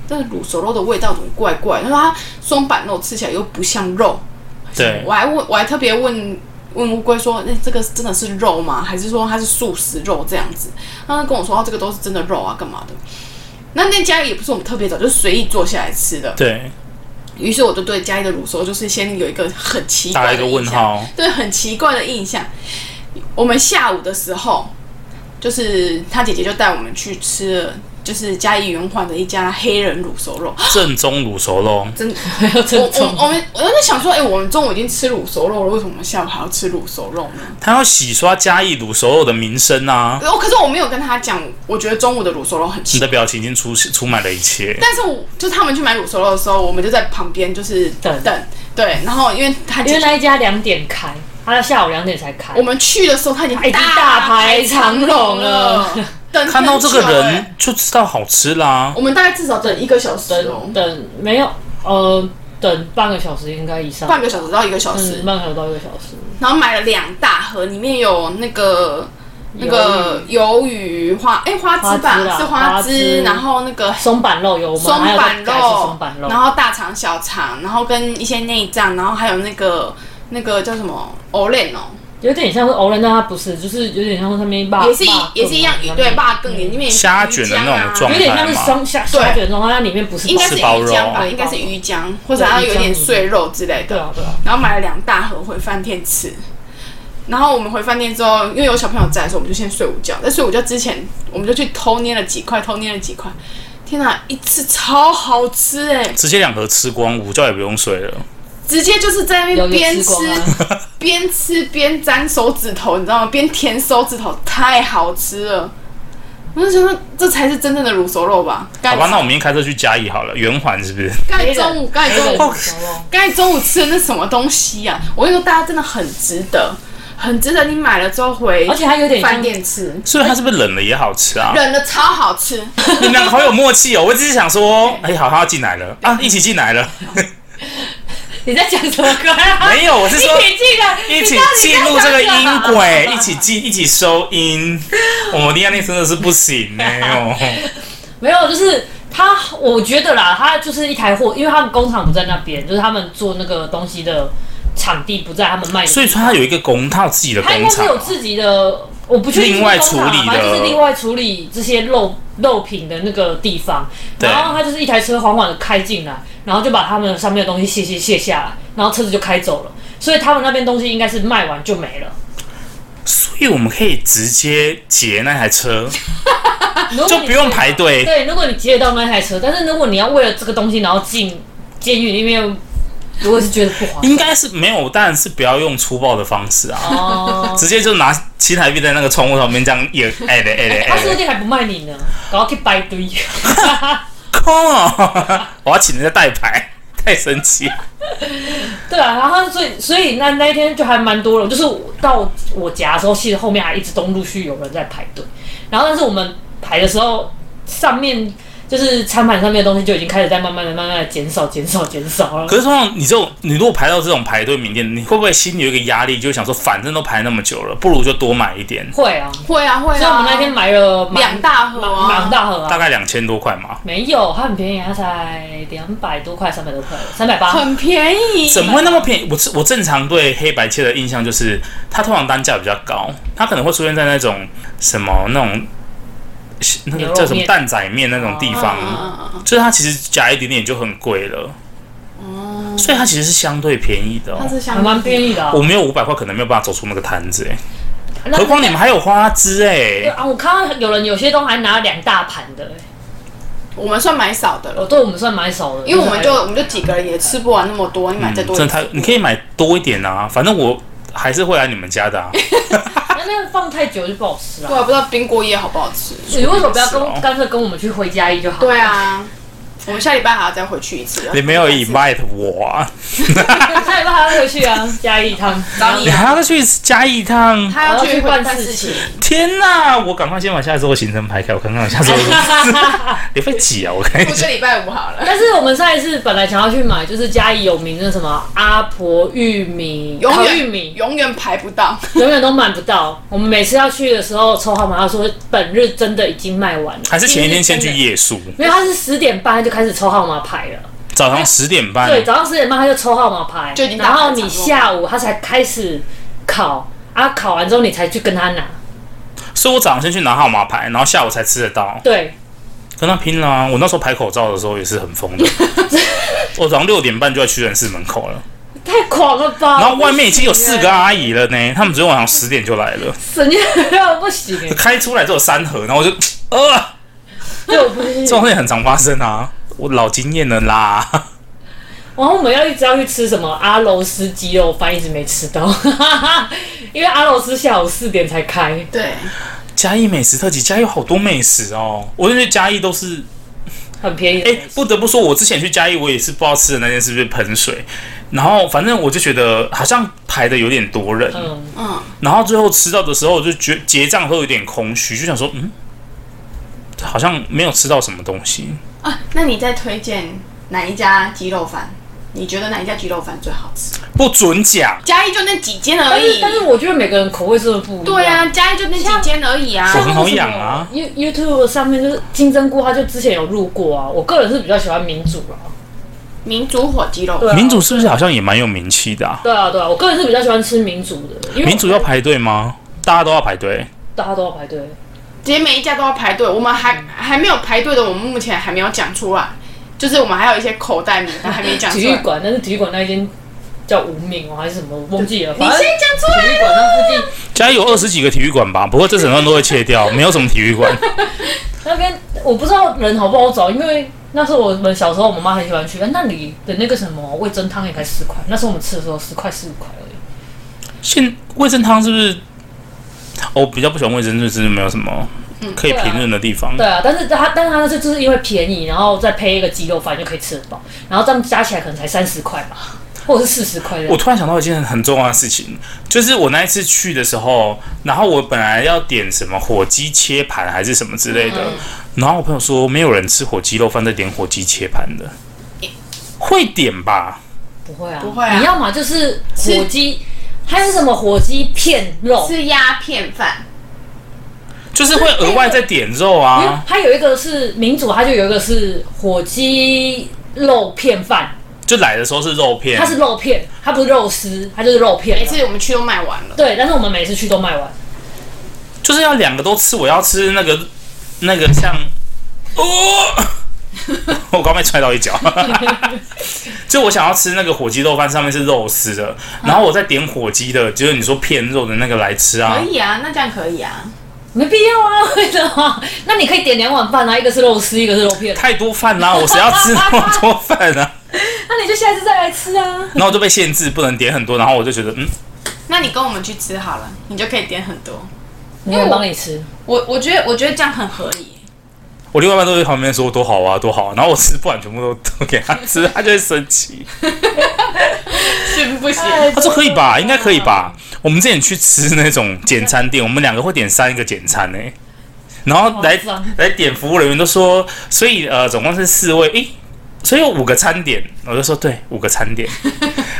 这个卤熟肉的味道怎么怪怪？他说它松板肉吃起来又不像肉。对我还问，我还特别问问乌龟说，那、这个真的是肉吗？还是说它是素食肉这样子？他跟我说，哦，这个都是真的肉啊，干嘛的？那那家也不是我们特别早，就是随意坐下来吃的。对，于是我就对嘉义的卤熟就是先有一个很奇打怪了的一个问印象，号。对，很奇怪的印象。我们下午的时候，就是他姐姐就带我们去吃了，就是嘉义圆环的一家黑人卤熟 肉，正宗卤熟肉，真的要我正宗我。我们我在想说，哎、我们中午已经吃卤熟肉了，为什么下午还要吃卤熟肉呢？它要洗刷嘉义卤熟肉的名声啊！我哦可是我没有跟他讲，我觉得中午的卤熟肉很你奇的。表情已经出出卖了一切。但是我就他们去买卤熟肉的时候，我们就在旁边就是等等对，然后因为他因姐为那一家两点开，他到下午两点才开我。们去的时候他已经已经大排长龙了，等看到这个很久欸人就知道好吃啦。我们大概至少等一个小时哦等，等没有，呃，等半个小时应该以上，半个小时到一个小时嗯，，半个小时到一个小时。然后买了两大盒，里面有那个那个鱿鱼花，哎、花枝吧花枝啦是花花枝枝，然后那个松板肉有吗？松还有板再来是肉，松板肉，然后大肠、小肠，然后跟一些内脏，然后还有那个那个叫什么 o l e n 哦，有点像是欧人，但它不是，就是有点像是上面霸，也是一霸也是一样更，嘛对，霸更里面有虾卷的那种状态有鱼点像是双下下卷中，它里面不是浆啊应该是吃鱼包肉浆吧，对应该是鱼浆，或者它有鱼点浆碎肉之类对的。啊对啊，然后买了两大盒回饭店吃。然后我们回饭店之后，因为有小朋友在的时候，我们就先睡午觉。在睡午觉之前，我们就去偷捏了几块，偷捏了几块。天哪，一次超好吃哎、直接两盒吃光，午觉也不用睡了。直接就是在那边有边有吃吃光啊，边吃边沾手指头，你知道吗？边舔手指头，太好吃了。我就想说，这才是真正的卤熟肉吧？好刚吧，那才我们明天开车去嘉义好了，圆环是不是？刚才中午，刚才中午黑人卤熟肉刚才中午吃的那什么东西呀、我跟你说，大家真的很值得，很值得。你买了之后回，而且它有点像饭店吃，所以它是不是冷了也好吃 啊？冷的超好吃。你们两个好有默契哦！我只是想说，哎、好，他要进来 了啊，一起进来了。你在讲什么歌啊？没有，我是一说起进来，一你起到底进在入讲这个什音么轨，一起进，一起收音。我们亚那真的是不行呢、哦。没有，就是他，我觉得啦，他就是一台货，因为他们工厂不在那边，就是他们做那个东西的场地不在他们卖的地方，所以说，他有一个工，他有自己的他应工该是厂有哦。自己的，我不确定是不是另外工厂啊处理的反正就是另外处理这些肉肉品的那个地方。对然后他就是一台车缓缓的开进来，然后就把他们上面的东西卸卸卸下来，然后车子就开走了。所以他们那边东西应该是卖完就没了。所以我们可以直接截那台 车，如果就你不用排队。对，如果你接得到那台车，但是如果你要为了这个东西然后进监狱里面，我也是觉得不划算。应该是没有，当然是不要用粗暴的方式啊， 哦，直接就拿七台币在那个窗户旁边这样也哎嘞哎嘞 他哎说不嘞，定还不卖你呢，搞去摆堆。空哦！我要请人家代牌， 太生气。对啊，然后所以所以那那一天就还蛮多人，就是我到我家的时候，其实后面还一直都陆续有人在排队。然后但是我们排的时候，上面就是餐盘上面的东西就已经开始在慢慢的、慢慢的减少、减少、减少了可。是通常你这种，你如果排到这种排队名店，你会不会心里有一个压力，就想说反正都排那么久了，不如就多买一点，会啊，会啊会啊。所以我们那天买了蛮两大盒啊蛮蛮大盒大啊。概两千多块嘛。没有，它很便宜，它才两百多块，三百多块，三百八。很便 宜，怎么会那么便宜？我我正常对黑白切的印象就是，它通常单价比较高，它可能会出现在那种什么那种那呃个叫什牛肉么面蛋仔面那种地方，嗯嗯就是它其实加一点点就很贵了，嗯，哦，所以它其实是相对便宜的、它哦。是还香蛮便宜的啊、我没有五百块，可能没有办法走出那个摊子哎、那何况你们还有花枝哎、对啊！我看到有人有些东西还拿了两大盘的、欸，我们算买少的我了，对我们算蛮少的，因为我们就还有我们就几个人也吃不完那么多，你买再多嗯、真的太，你可以以买多一点啊，反正我还是会来你们家 的、啊。那那个放太久就不好吃了对。啊，不知道冰锅夜好不好吃。你为什么不要跟是哦干脆跟我们去回家一就好？对，啊，我们下礼拜还要再回去一次，啊你没有 invite 我 啊，下礼拜还要回去啊，嘉义一趟。找你你还要再去加一趟？他要我要去去办办事事情，天哪！我赶快先把下周的行程排开，我看看我下 周你会挤啊！我看不这礼拜五好 了。但是我们上一次本来想要去买，就是嘉义有名的什么阿婆玉米、永烤远玉米，永远排不到，永远都买不到。我们每次要去的时候抽号码，他说哎本日真的已经卖完了，还是前一天先去今日真的。夜宿，没有，他是十点半他就开始抽号码牌了。早上十点半。对，早上十点半他就抽号码牌，就已经打然后你牌场了下午他才开始烤，啊，烤完之后你才去跟他拿。所以我早上先去拿号码牌，然后下午才吃得到，对，跟他拼了、啊。我那时候排口罩的时候也是很 疯的，我早上六点半就在屈臣氏门口了，太狂了吧！然后外面已经有四个阿姨了呢，他们昨天晚上十点就来了，神经病不行 欸，开出来只有三盒，然后我就呃。对，我不行。这种事情很常发生啊，我老经验了啦。然后我们要一直要去吃什么阿罗斯鸡肉饭，一直没吃到， 因为阿罗斯下午四点才开。对，嘉义美食特辑，嘉义有好多美食哦，我认为嘉义都是，很便宜的哎、美食，不得不说，我之前去嘉义，我也是不知道吃的那间是不是喷水，然后反正我就觉得好像排的有点多人，嗯，嗯，然后最后吃到的时候，我就觉结账后有点空虚，就想说，嗯，好像没有吃到什么东西。啊，那你再推荐哪一家鸡肉饭？你觉得哪一家鸡肉饭最好吃？不准讲，嘉义就那几间而但是已。但是我觉得每个人口味真的不一样。哎对，啊，嘉义就那几间而已啊。我很好养啊。 You YouTube 上面就是金针菇，它就之前有录过啊。我个人是比较喜欢民主啦。民族火鸡肉对饭，啊民主是不是好像也蛮有名气的、啊？对啊对啊，我个人是比较喜欢吃民主的，因为民主要排队吗？大家都要排队，大家都要排队。啊其实每一家都要排队。我们还还没有排队的，我们目前还没有讲出来。就是我们还有一些口袋名单还没讲出体育来。馆，但是体育馆那一间叫无名哦，还是什么，忘记了。你反正先讲出体育馆那附近嘉义有二十几个体育馆吧，不过这整段都会切掉，没有什么体育馆。那边我不知道人好不好找，因为那时候我们小时候，我妈很喜欢去，那里的那个什么味噌汤也才十块，那时候我们吃的时候十块十五块而已。现味噌汤是不是？哦我比较不喜欢味噌，就是没有什么可以评论的地方。嗯对啊，但是它但是它那是就是因为便宜，然后再配一个鸡肉饭就可以吃得饱，然后这样加起来可能才三十块吧， 或者是四十块这我样。突然想到一件很重要的事情，就是我那一次去的时候，然后我本来要点什么火鸡切盘还是什么之类嗯的，然后我朋友说没有人吃火鸡肉饭再点火鸡切盘的，会点吧？不会啊，不会啊你要么就是吃火鸡，还是什么火鸡片肉，是鸦片饭，就是会额外再点肉因为啊，它有一个是民主，它就有一个是火鸡肉片饭，就来的时候是肉片它，是肉片，它不是肉丝，它就是肉片每。次我们去都卖完了。对，但是我们每次去都 卖完。就是要两个都吃，我要吃那个那个像，哦， 我刚被踹到一脚，就我想要吃那个火鸡肉饭，上面是肉丝的，然后我再点火鸡的，就是你说片肉的那个来吃啊可，以啊，那这样可以啊。没必要啊，为什么？那你可以点两碗饭啊，一个是肉丝，一个是肉片，太多饭啦、我谁要吃那么多饭啊？那你就下次再来吃啊。然后我就被限制不能点很多，然后我就觉得嗯，那你跟我们去吃好了，你就可以点很多。我们帮你吃，我我觉得我觉得这样很合理。我另外一半都在旁边说多好啊多好啊，然后我吃不完全部都都给他吃，他就会生气。是不行，他说可以吧，应该可以吧。我们之前去吃那种简餐店，我们两个会点三个简餐呢、然后来好爽来点服务人员都说，所以呃总共是四位，诶、所以有五个餐点，我就说对，五个餐点，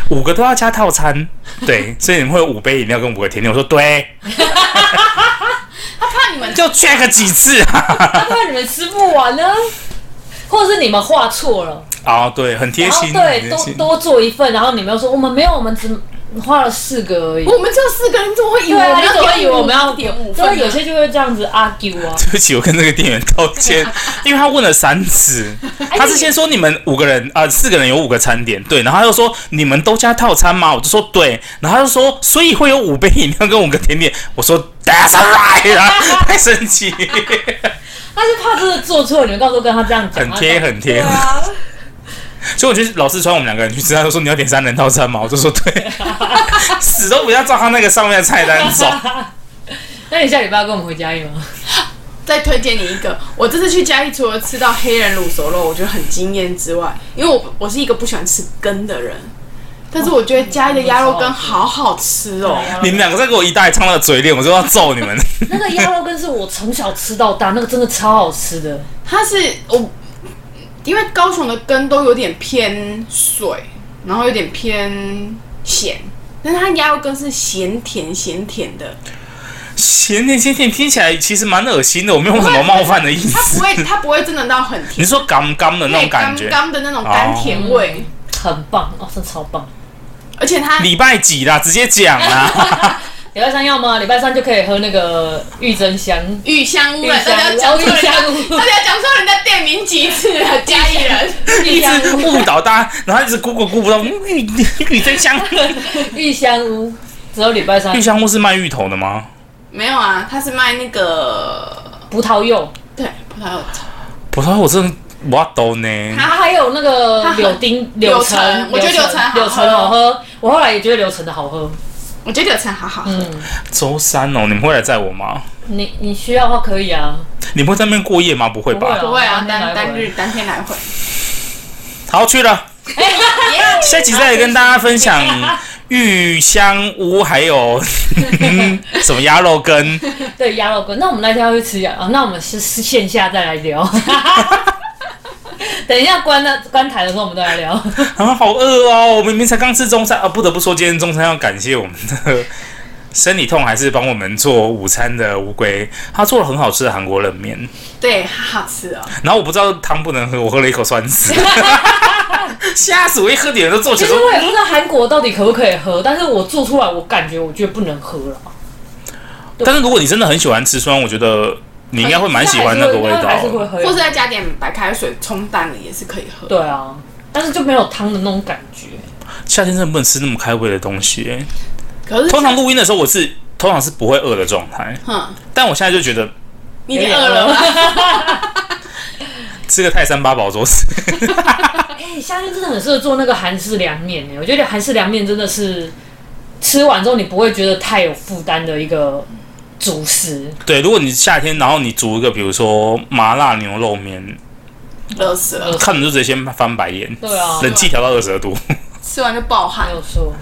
五个都要加套餐，对，所以你们会有五杯饮料跟五个甜点，我说对，他怕你们就 check 几次啊？要哎不然你们吃不完呢、啊或者是你们画错了，哦，对，很贴然后心，对很贴多心。多做一份，然后你们又说我们没有，我们只画了四个而已。我们只有四个人，你怎么会以对为啊，你怎么要会以为我们要点五所份以呢？有些就会这样子 argue 啊。对不起，我跟那个店员道 歉，因为他问了三次，哎他是先说你们五个人啊、呃四个人有五个餐点，对，然后他又说你们都加套餐吗？我就说对，然后他就说所以会有五杯饮料跟五个甜点，我说 That's right 啊，太生 气，他是怕真的做错，你们到时候跟他这样讲，很贴很贴对。啊，所以我觉得老师传我们两个人去吃，他就说你要点三人套餐吗？我就说 对，死都不要照他那个上面的菜单走。那你下礼拜要跟我们回家义啊吗？再推荐你一个，我这次去嘉义除了吃到黑人卤熟肉，我觉得很惊艳之外，因为我我是一个不喜欢吃根的人，但是我觉得嘉义的鸭肉羹好好吃哦。你们两个再给我一大唱到嘴脸，我就要揍你们。那个鸭肉羹是我从小吃到大，那个真的超好吃的。它是我，因为高雄的根都有点偏水，然后有点偏咸，但是它鸭肉羹是咸甜咸甜的，咸甜咸甜听起来其实蛮恶心的，我没有什么冒犯的意它不思。 会它不会真的到很你甜，是说刚刚的那种感对觉？刚刚的那种甘甜味，很棒哦，真的超棒！而且它礼拜几啦？直接讲啊啦！礼拜三要吗？礼拜三就可以喝那个玉珍香，玉香屋了，玉香大家讲错人家，哦玉香屋大家讲错人家店名几次了，嘉义人。 玉香屋，误导大家，然后一直 Google 顾不到玉玉真 香。玉香屋，只有礼拜三玉香屋是卖芋头的吗？没有啊，他是卖那个葡萄柚，对葡萄柚茶葡萄我真的我抖呢。它还有那它个很柳丁柳橙橙，我觉得柳橙好喝柳橙好喝，我后来也觉得柳橙的好喝。我觉得柳橙好好喝。嗯，周三哦，你们会来载我吗？你你需要的话可以啊，你们会在那边过夜吗？不会不会吧啊？不会啊，单单天来回单日单天来回。好，去 了。下期再来跟大家分享玉香屋，还有嗯什么鸭肉羹。对鸭肉羹。那我们那天要去吃鸭啊，那我们是是线下再来 聊。 等一下关了关台的时候，我们再来聊。啊，好饿哦！我明明才刚吃中餐啊，不得不说，今天中餐要感谢我们的生理痛，还是帮我们做午餐的乌龟，他做了很好吃的韩国冷面。对，好好吃哦。然后我不知道汤不能喝，我喝了一口酸死，吓死我！一喝点就坐起来其实说，我也不知道韩国到底可不可以喝，但是我做出来，我感觉我觉得不能喝了。但是如果你真的很喜欢吃酸，我觉得你应该会蛮喜欢那个味还是会道。喝或是再加点白开水冲淡了也是可以喝。对啊，但是就没有汤的那种感觉。夏天真的不能吃那么开胃的东西耶、可是通常录音的时候，我是通常是不会饿的状态，哼，但我现在就觉得你已经饿 了吗？吃个泰山八宝粥是哎、夏天真的很适合做那个韩式凉面呢。我觉得韩式凉面真的是吃完之后你不会觉得太有负担的一个主食，对，如果你夏天，然后你煮一个，比如说麻辣牛肉面，热死了，看着就直接先翻白眼，对啊，冷气调到二十二 度，吃完就暴汗没。有错。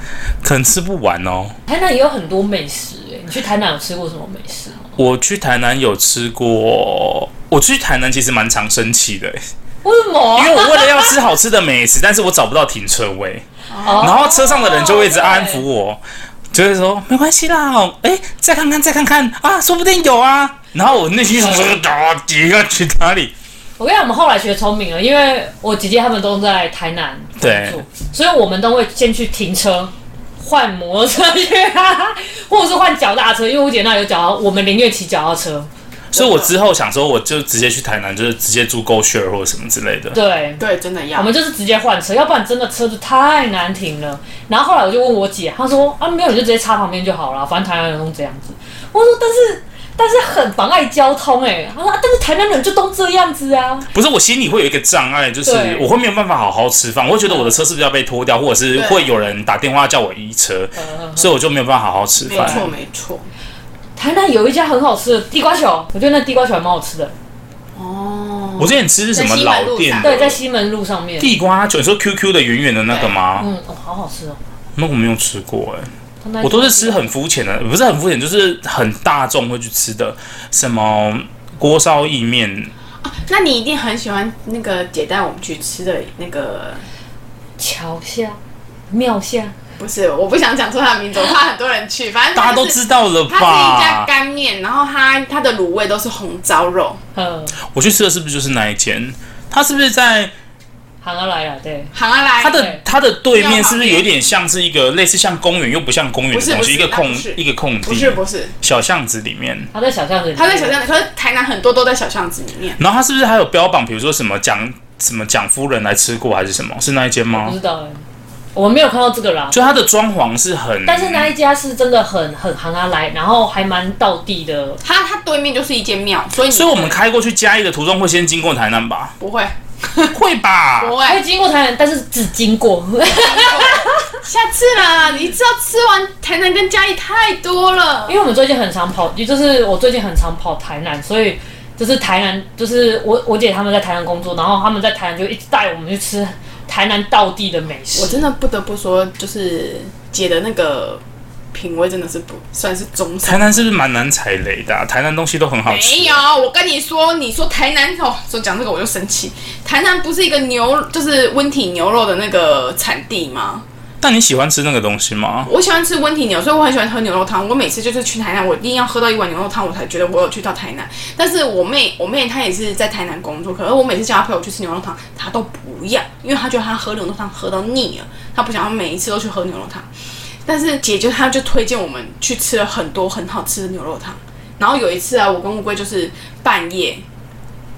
可能吃不完哦。台南也有很多美食哎、你去台南有吃过什么美食吗？我去台南有吃过，我去台南其实蛮常生气的，欸为什么因为我为了要吃好吃的美食，但是我找不到停车位，然然后车上的人就会一直安哦抚我，就会说没关系啦，哎，再看看，再看看啊，说不定有啊。然后我内心想说， 啊，你要去哪里？我跟你讲，我们后来学聪明了，因为我姐姐她们都在台南工对作，所以我们都会先去停车。换摩托车去、啊， 或者是换脚踏车，因为我姐那有脚踏，我们宁愿骑脚踏车。所以我之后想说，我就直接去台南，就是直接住 Go Share 或者什么之类的。对，对，真的要我们就是直接换车，要不然真的车子太难停了。然后后来我就问我姐，她说啊没有，你就直接插旁边就好了，反正台南人都这样子。我说但是但是很妨碍交通哎、欸，她说、啊、但是台南人就都这样 子啊。不是，我心里会有一个障碍，就是对我会没有办法好好吃饭，我会觉得我的车是不是要被拖掉，或者是对会有人打电话叫我移车，所以我就没有办法好好吃嗯没错饭。没错。台南有一家很好吃的地瓜球，我觉得那地瓜球还蛮好吃的。哦，我之前吃是什么在西门老路店上对，在西门路上面。地瓜酒，你说 QQ 的圆圆的那个吗？嗯，哦，好好吃哦。那我没有吃过哎、它那一我都是吃很肤浅的，不是很肤浅，就是很大众会去吃的，什么锅烧意面，啊那你一定很喜欢那个姐带我们去吃的那个，桥下、庙下，不是，我不想讲出它的名字，我怕很多人去。反正它大家都就是知道了它是一家吧？干面，然后它它的卤味都是红烧肉，嗯，我去吃的是不是就是那一间？它是不是在喊阿来了，对，行啊来，它的对它的对面是不是有点像是一个类似像公园又不像公园不的是东不西？是一个那空不是一个空不是地，不是，小巷子里面。他在小巷子里面，它在小巷子，可是台南很多都在小巷子里面。然后它是不是还有标榜，比如说什么蒋什么蒋夫人来吃过还是什么？是那一间不吗知？道哎、我没有看到这个啦。就它的装潢是很，但是那一家是真的很很行阿来，然后还蛮道地的，它它对面就是一间庙，所以你所以我们开过去嘉义的途中会先经过台南 吧？不会会吧？不还会，会经过台南，但是只经过。 下次啦，你知道吃完台南跟嘉义太多了因。为我们最近很常跑，也就是我最近很常跑台南，所以就是台南，就是我我姐他们在台南工作，然后他们在台南就一直带我们去吃台南道地的美我食。真的不得不说，就是姐的那个品味真的是不算是中台上。南是不是蛮难踩雷的啊、台南东西都很好吃。没有，我跟你说，你说台南哦，说讲这个我就生气。台南不是一个牛，就是温体牛肉的那个产地吗？但你喜欢吃那个东西吗？我喜欢吃温体牛，所以我很喜欢喝牛肉汤。我每次就是去台南，我一定要喝到一碗牛肉汤，我才觉得我有去到台南。但是我妹，我妹她也是在台南工作，可是我每次叫她陪我去吃牛肉汤，她都不要，因为她觉得她喝牛肉汤喝到腻了，她不想要每一次都去喝牛肉汤。但是姐就她就推荐我们去吃了很多很好吃的牛肉汤。然后有一次啊，我跟乌龟就是半夜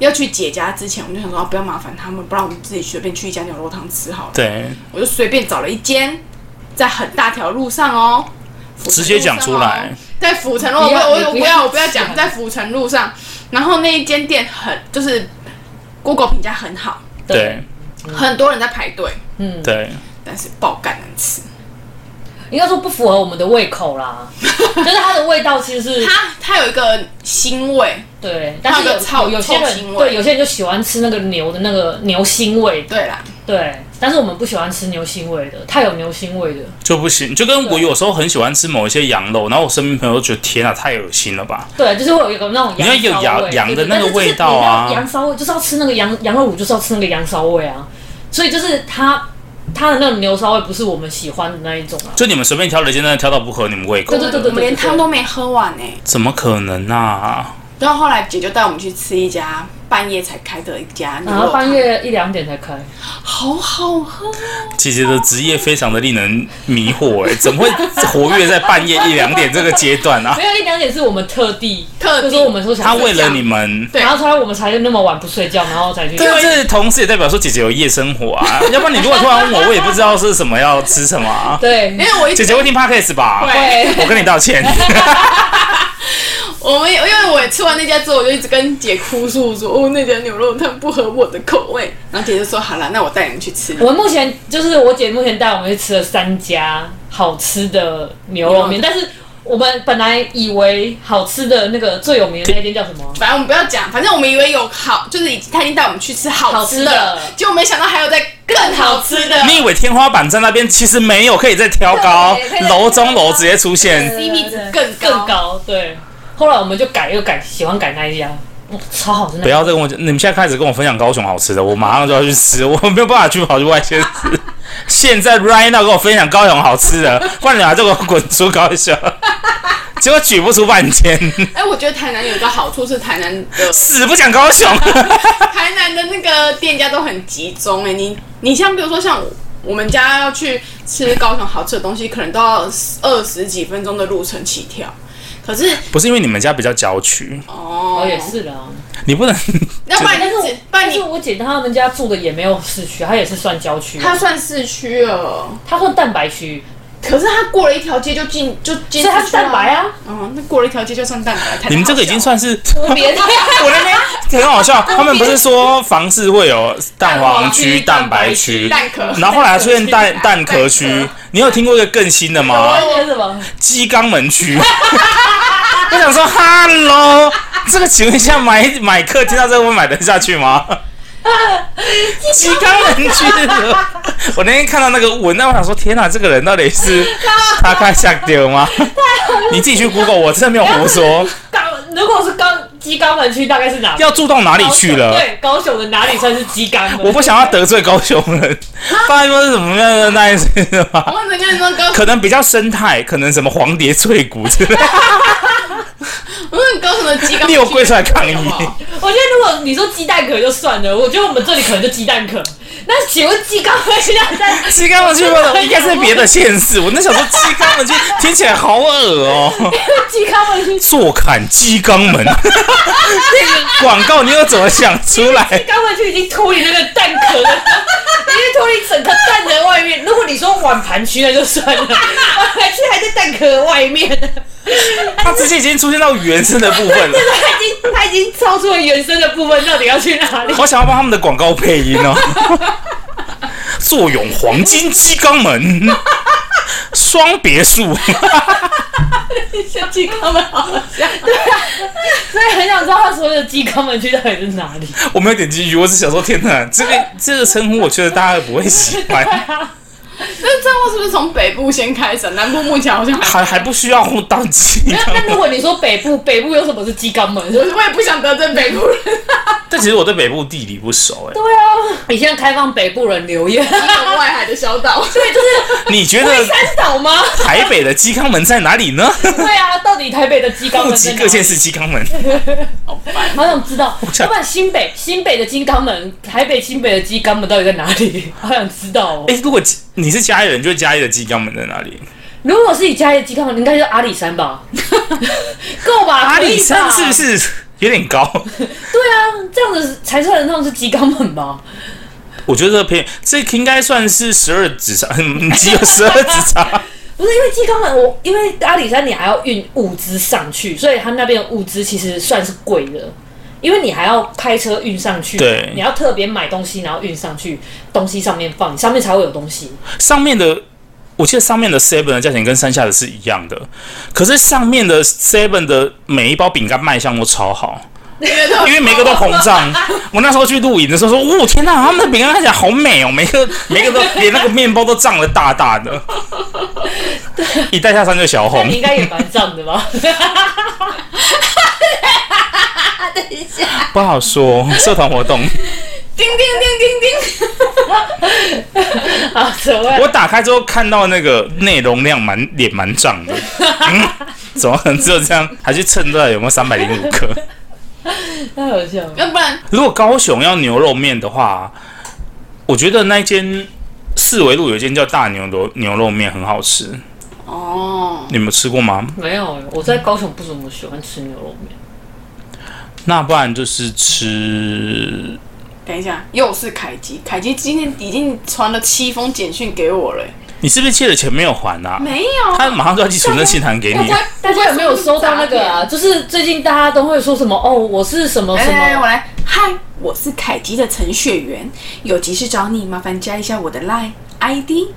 要去姐家之前，我们就想说、啊不要麻烦他们，不然我们自己随便去一家牛肉汤吃好了。对，我就随便找了一间，在很大条路上哦，府城路上哦直接讲出来，在府城路，我不不要我我不你不要要我不要讲讲，在府城路上，然后那一间店很就是 Google 评价很好，嗯对，很多人在排队，嗯，对，但是爆干难吃。应该说不符合我们的胃口啦，就是它的味道其实是它它有一个腥味，对，但它是有个臭有有些臭人腥味对有些人就喜欢吃那个牛的那个牛腥味，对啦，对，但是我们不喜欢吃牛腥味的，太有牛腥味的，就不行。就跟我有时候很喜欢吃某一些羊肉，然后我身边朋友觉得天啊，太恶心了吧？对，就是会有一个那种你要有羊羊骚味羊的对对那个但是就是味道啊你要羊骚味就是要吃那个羊羊肉卤，就是要吃那个羊骚味啊，所以就是它它的那种牛骚味不是我们喜欢的那一种啊，就你们随便挑了一间，真的挑到不合你们胃口对，对对我对们连对对汤都没喝完呢、欸怎么可能啊？然后后来姐就带我们去吃一家半夜才开的一家牛然肉后啊半汤，夜一两点才啊开，好好喝，姐姐的职业非常的令人迷惑、哎，怎么会活跃在半夜一两点这个阶段啊？没有一两点是我们特地特地就是我们说想她为了你们。对然后才我们才那么晚不睡觉，然后才去。但是同时也代表说姐姐有夜生活啊，要不然你如果突然问我，我也不知道是什么要吃什么啊。对因，为我一直姐姐会听 podcast 吧？会对，我跟你道歉。我们也因为我吃完那家之后，我就一直跟姐哭诉说，哦，那家牛肉汤不合我的口味。然后姐就说，好了，那我带你们去吃。我目前就是我姐目前带我们去吃了三家好吃的牛肉面，但是我们本来以为好吃的那个最有名的那间叫什么？反正我们不要讲，反正我们以为有好，就是已经他已经带我们去吃好吃的了好吃的，结果没想到还有在更好吃的你以为天花板在那边，其实没有，可以再挑高对可以，再楼中楼直接出现。对，CP 值更更高。高，对。后来我们就改又改，喜欢改那一家，哇，超好吃那不家。要再跟我讲，你们现在开始跟我分享高雄好吃的，我马上就要去吃，我没有办法去跑去外县吃。 现在 right now 跟我分享高雄好吃的，不然你俩就给我滚出高雄。结果举不出半天，哎、我觉得台南有一个好处是台南 的死不讲高雄。 台南的那个店家都很集中哎、你你像比如说像我们家要去吃高雄好吃的东西，可能都要二十几分钟的路程起跳。可是不是因为你们家比较郊区，哦，我也，是啦，你不能 要不然但你是我只，不然但是你我姐她们家住的也没有市区，她也是算郊区，它算市区了，她算蛋白区，可是它过了一条街就进就进，所以她是蛋白。啊。哦，那过了一条街就算蛋白，太你们这个已经算是特别的，我那边很好笑，他们不是说房市会有蛋黄区、蛋白区，蛋壳然后后来还出现蛋蛋壳区。你有听啊过一个更新的啊吗？那是什么？鸡肛门区。 我想说哈喽，这个请问一下买买客听到这个会买得下去 吗？鸡肛门区，我那天看到那个文案，我想说天哪，这个人到底是 他开下丢吗？你自己去 Google，我真的没有胡 说。肛，如果是肛鸡肛门区，大概是哪？要住到哪里高雄去了？对，高雄的哪里算是鸡肛门？我不想要得罪高雄 人，大概说是什么样的那一些的吧，我那个那高，可能比较生态，可能什么黄蝶翠骨之类的，我那高什么鸡刚你有跪出来抗议好不好我觉得如果你说鸡蛋壳就算了，我觉得我们这里可能就鸡蛋壳。那请问鸡肛门区要在？鸡肛门去吗？应该是别的县市，我那想说鸡肛门去听起来好恶哦，鸡肛门区，鸡坐砍鸡肛门，广告你又怎么想出来？肛门区已经脱离那个蛋壳 了，已经脱离整个蛋的外面。如果你说碗盘区那就算了，碗盘区还在蛋壳外面，它直接已经出现到原生的部分了，它已经它已经超出了原生的部分，到底要去哪 里？我想要帮他们的广告配音哦。坐拥黄金鸡肛门，双别墅。鸡肛门好像对啊，所以很想知道他所有的鸡肛门区到底是哪里。我没有点进去，我只想说，天哪，这个这个称呼，我觉得大家不会喜欢，那这样我是不是从北部先开始？南部目前好像还还还不需要互当机。那那如果你说北部，北部有什么是鸡肛门？我我也不想得罪北部人，但其实我对北部地理不熟，哎，对啊，你现在开放北部人留言，因为外海的小岛。对，就是你觉得龟山岛吗？台北的鸡肛门在哪里呢？对啊，到底台北的鸡肛顾门及在各哪县里？市鸡肛门，好想知道，想要不然新北新北的鸡肛门，台北新北的鸡肛门到底在哪里？ 好想知道哦。哎，如果鸡你是嘉义人，就嘉义的鸡肛门在哪里？如果是以嘉义的鸡肛门，应该是阿里山吧？ 够吧？阿可以里吧山是不？是有点高？对啊，这样子才算得上是鸡肛门吧？我觉得这偏这应该算是十二指肠， 嗯只有十二指肠。不是因为鸡肛门，我因为阿里山你还要运物资上去，所以它那边的物资其实算是贵的，因为你还要开车运上去，对你要特别买东西，然后运上去，东西上面放，你上面才会有东西。上面的，我记得上面的 seven 的价钱跟山下的是一样的，可是上面的 seven 的每一包饼干卖相都超好，因为每个都膨 胀。我那时候去露营的时候说，哦天呐，他们的饼干看起来好美哦，每个每个都连那个面包都胀得大大的，一带下山就小 那红你。应该也蛮胀的吧？ 不好说，社团活动， 叮叮叮叮叮，啊，所谓我打开之后看到那个内容量蛮脸蛮胀的，嗯，怎么可能只有这样？还去称出来有没有三百零五克？太好笑了。要不然如果高雄要牛肉面的话，我觉得那间四维路有一间叫大牛牛牛肉面很好吃，哦，你们有吃过吗？没有，我在高雄不怎么喜欢吃牛肉面。那不然就是吃等一下，又是凯基，凯基今天已经传了七封简讯给我了、你是不是借的钱没有还啊？没有，他马上就要寄存证信函给你。大家有没有收到那个啊？就是最近大家都会说什么哦，我是什么什哎、我么，来，嗨，我是凯基的程序员，有急事找你，麻烦加一下我的 line ID。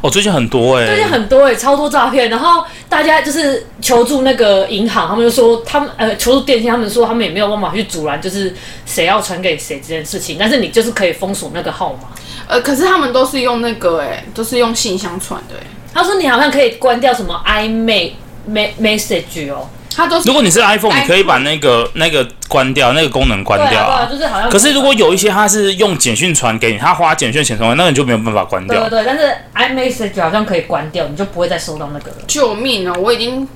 哦，最近很多哎、最近很多哎、超多诈骗。然后大家就是求助那个银行，他们就说他们呃求助电信，他们说他们也没有办法去阻拦，就是谁要传给谁这件事情，但是你就是可以封锁那个号码。呃，可是他们都是用那个哎、都是用信箱传的哎、他说你好像可以关掉什么 i m a message 哦，他都是如果你是 iPhone， iPhone 你可以把那个那个关掉，那个功能关对啊对掉啊，啊。就是好像。可是如果有一些他是用简讯传给你，他花简讯钱传给你，那个你就没有办法关对掉对。对，但是 i message 好像可以关掉，你就不会再收到那个了。救命哦！我已经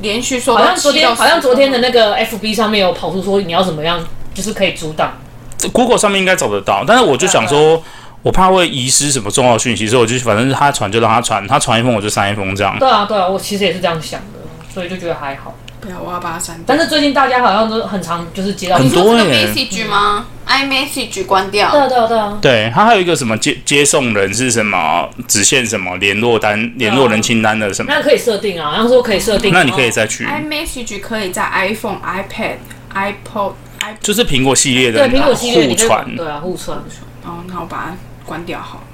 连续收到好像昨七到天十好像昨天的封那个 FB 上面有跑出说你要怎么样，就是可以阻挡。这 Google 上面应该找得到，但是我就想嗯说，我怕会遗失什么重要讯息，所以我就反正他传就让他传，他传一封我就删一封这样。对啊对啊，我其实也是这样想的，所以就觉得还好。不要，我要把它删掉。但是最近大家好像都很常就是接到很你说这个多耶 message 吗？iMessage 关掉对。啊对啊对啊，对，他还有一个什么接接送人是什么，只限什么联络单、联络人清单的什么，那可以设定啊，好像说嗯可以哎设定。哦那你可以然后再去， iMessage 可以在 iPhone、iPad、iPod、i 就是苹果系列的对苹果系列互你可以传。对啊互传。哦，那我把它关掉好了。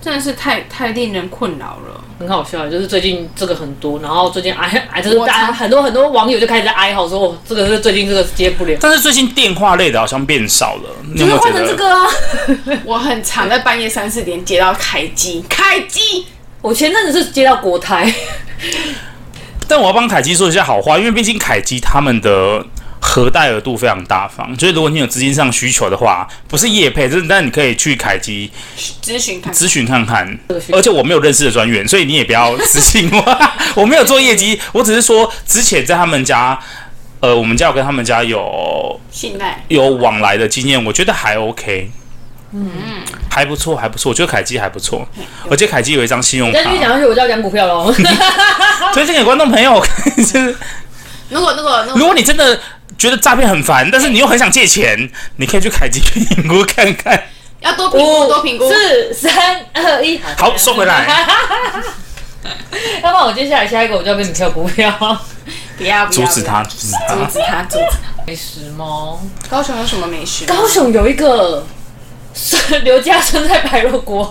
真的是太太令人困扰了。很好笑，就是最近这个很多，然后最近哀哀，就是我大家操很多很多网友就开始在哀嚎说，哦，这个是最近这个接不了，但是最近电话类的好像变少了，你有就没是有觉换成得这？个啊。我很常在半夜三四点接到开机，开机我前阵子是接到国台，但我要帮凯基说一下好话，因为毕竟凯基他们的核贷额度非常大方，就是如果你有资金上需求的话，不是业配，就是但你可以去凯基咨询看看。咨询看看个需。求而且我没有认识的专员，所以你也不要私信我， 我没有做业绩，我只是说之前在他们家。呃，我们家有跟他们家有信赖有往来的经验，我觉得还 OK，嗯，还不错，还不错，我觉得凯基还不错，嗯而且凯基有一张信用 再继续卡，讲下去我就要讲股 票喽。推荐给观众朋友， 就是如果如果如如果果你真的觉得诈骗很烦，但是你又很想借钱，你可以去凯基评估看看。要多评哦估多评估，四三二一，好，收回 来。要不然我接下来下一个我就要跟你跳股票。不要不阻要止他，阻止不要他阻。止他阻止美食猫，他。高雄有什么美食？高雄有一个是刘家生菜白肉锅，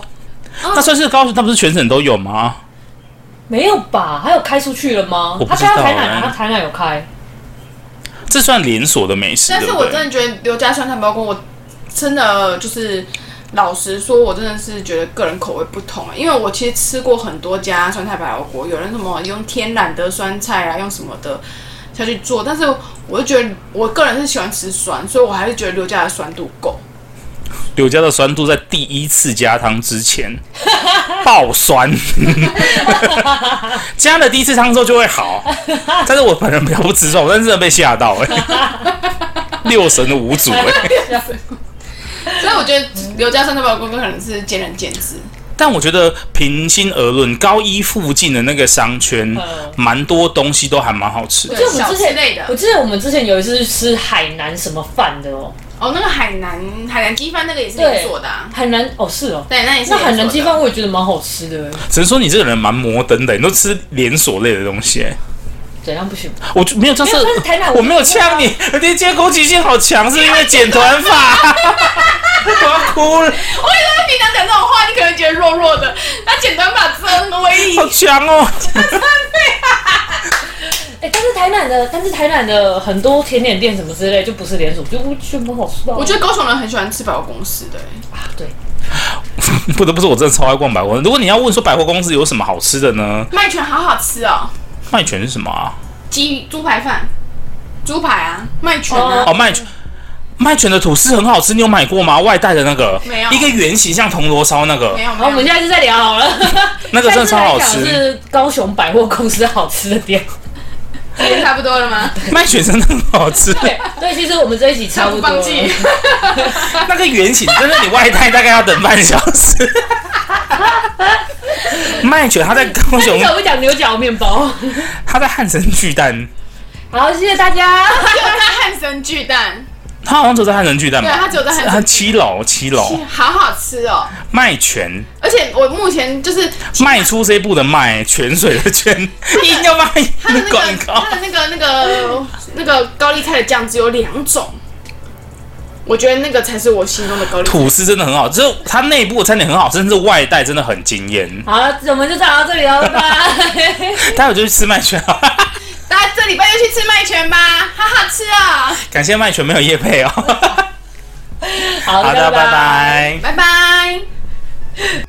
那算是高雄，他不是全省都有吗？没有吧？还有开出去了吗我？不他知道开到台南哎啊，他台南有开。这算连锁的美食，但对是不我对？真的觉得刘家酸菜包公，我真的就是老实说，我真的是觉得个人口味不同、啊因为我其实吃过很多家酸菜白肉锅，有人什么用天然的酸菜啊，用什么的下去做，但是我就觉得我个人是喜欢吃酸，所以我还是觉得刘家的酸度够。刘家的酸度在第一次加汤之 前爆酸，加了第一次汤之后就会好。但是我本人比较不吃酸，我真的被吓到哎、六神无主哎、所以我觉得刘家酸菜白肉锅可能是见仁见智。但我觉得平心而论，高一附近的那个商圈嗯，蛮多东西都还蛮好吃的。对就我们小之吃前类的我记得我们之前有一次去吃海南什么饭的哦，哦，那个海南海南鸡饭那个也是对你做的啊？海南哦是哦，对，那也是那你做的海南鸡饭我也觉得蛮好吃的，只能说你这个人蛮摩登的，你都吃连锁类的东西、哎怎样不行？我就没有，就是没有啊但是台南我我没有呛你，你今天攻击性好强，是因为剪短发， 我要哭了，我以为平常讲这种话，你可能觉得弱弱的，那剪短发真的威力好强哦！ 哎、但是台南的，但是台南的很多甜点店什么之类，就不是连锁，就就不好吃到。我觉得高雄人很喜欢吃百货公司的、欸，啊，对，不得不说，我真的超爱逛百货。如果你要问说百货公司有什么好吃的呢？麦全好好吃哦，麦全是什么 啊？鸡猪排饭，猪排啊，麦全啊，哦，麦全。麦全的吐司很好吃，你有买过吗？外带的那个，没有一个圆形像铜锣烧那个没，有好，我没们有，下一次再聊好了。 那个真的超好 下一次来讲吃。是高雄百货公司好吃的店。 时间差不多了吗？ 麦全真的很好吃，对，所以其实我们这一集差不多放 了。 弃， 那个圆形真的你外带大概要等半小 时。麦全它在高那雄你怎，么不讲牛角面包？ 它在汉神巨蛋，好，谢谢大家。只有在汉森巨蛋，它好像只有在汉神巨蛋吧？对它只有在汉神它七楼，七楼好好吃哦，麦全而且我目前就是卖出这一步的卖，泉水的泉， 硬要卖它的那广个告它。的那个那个那个高丽菜的酱只有两种，我觉得那个才是我心中的高丽菜。吐司真的很好，就是它内部的餐点很好，甚至外带真的很惊艳。好了，我们就讲到这里了，拜拜。 待会就去吃麦全好了，大家这礼拜就去吃麦全吧，好好吃啊、 感谢麦全没有夜配哦。好好的，拜拜拜。拜拜。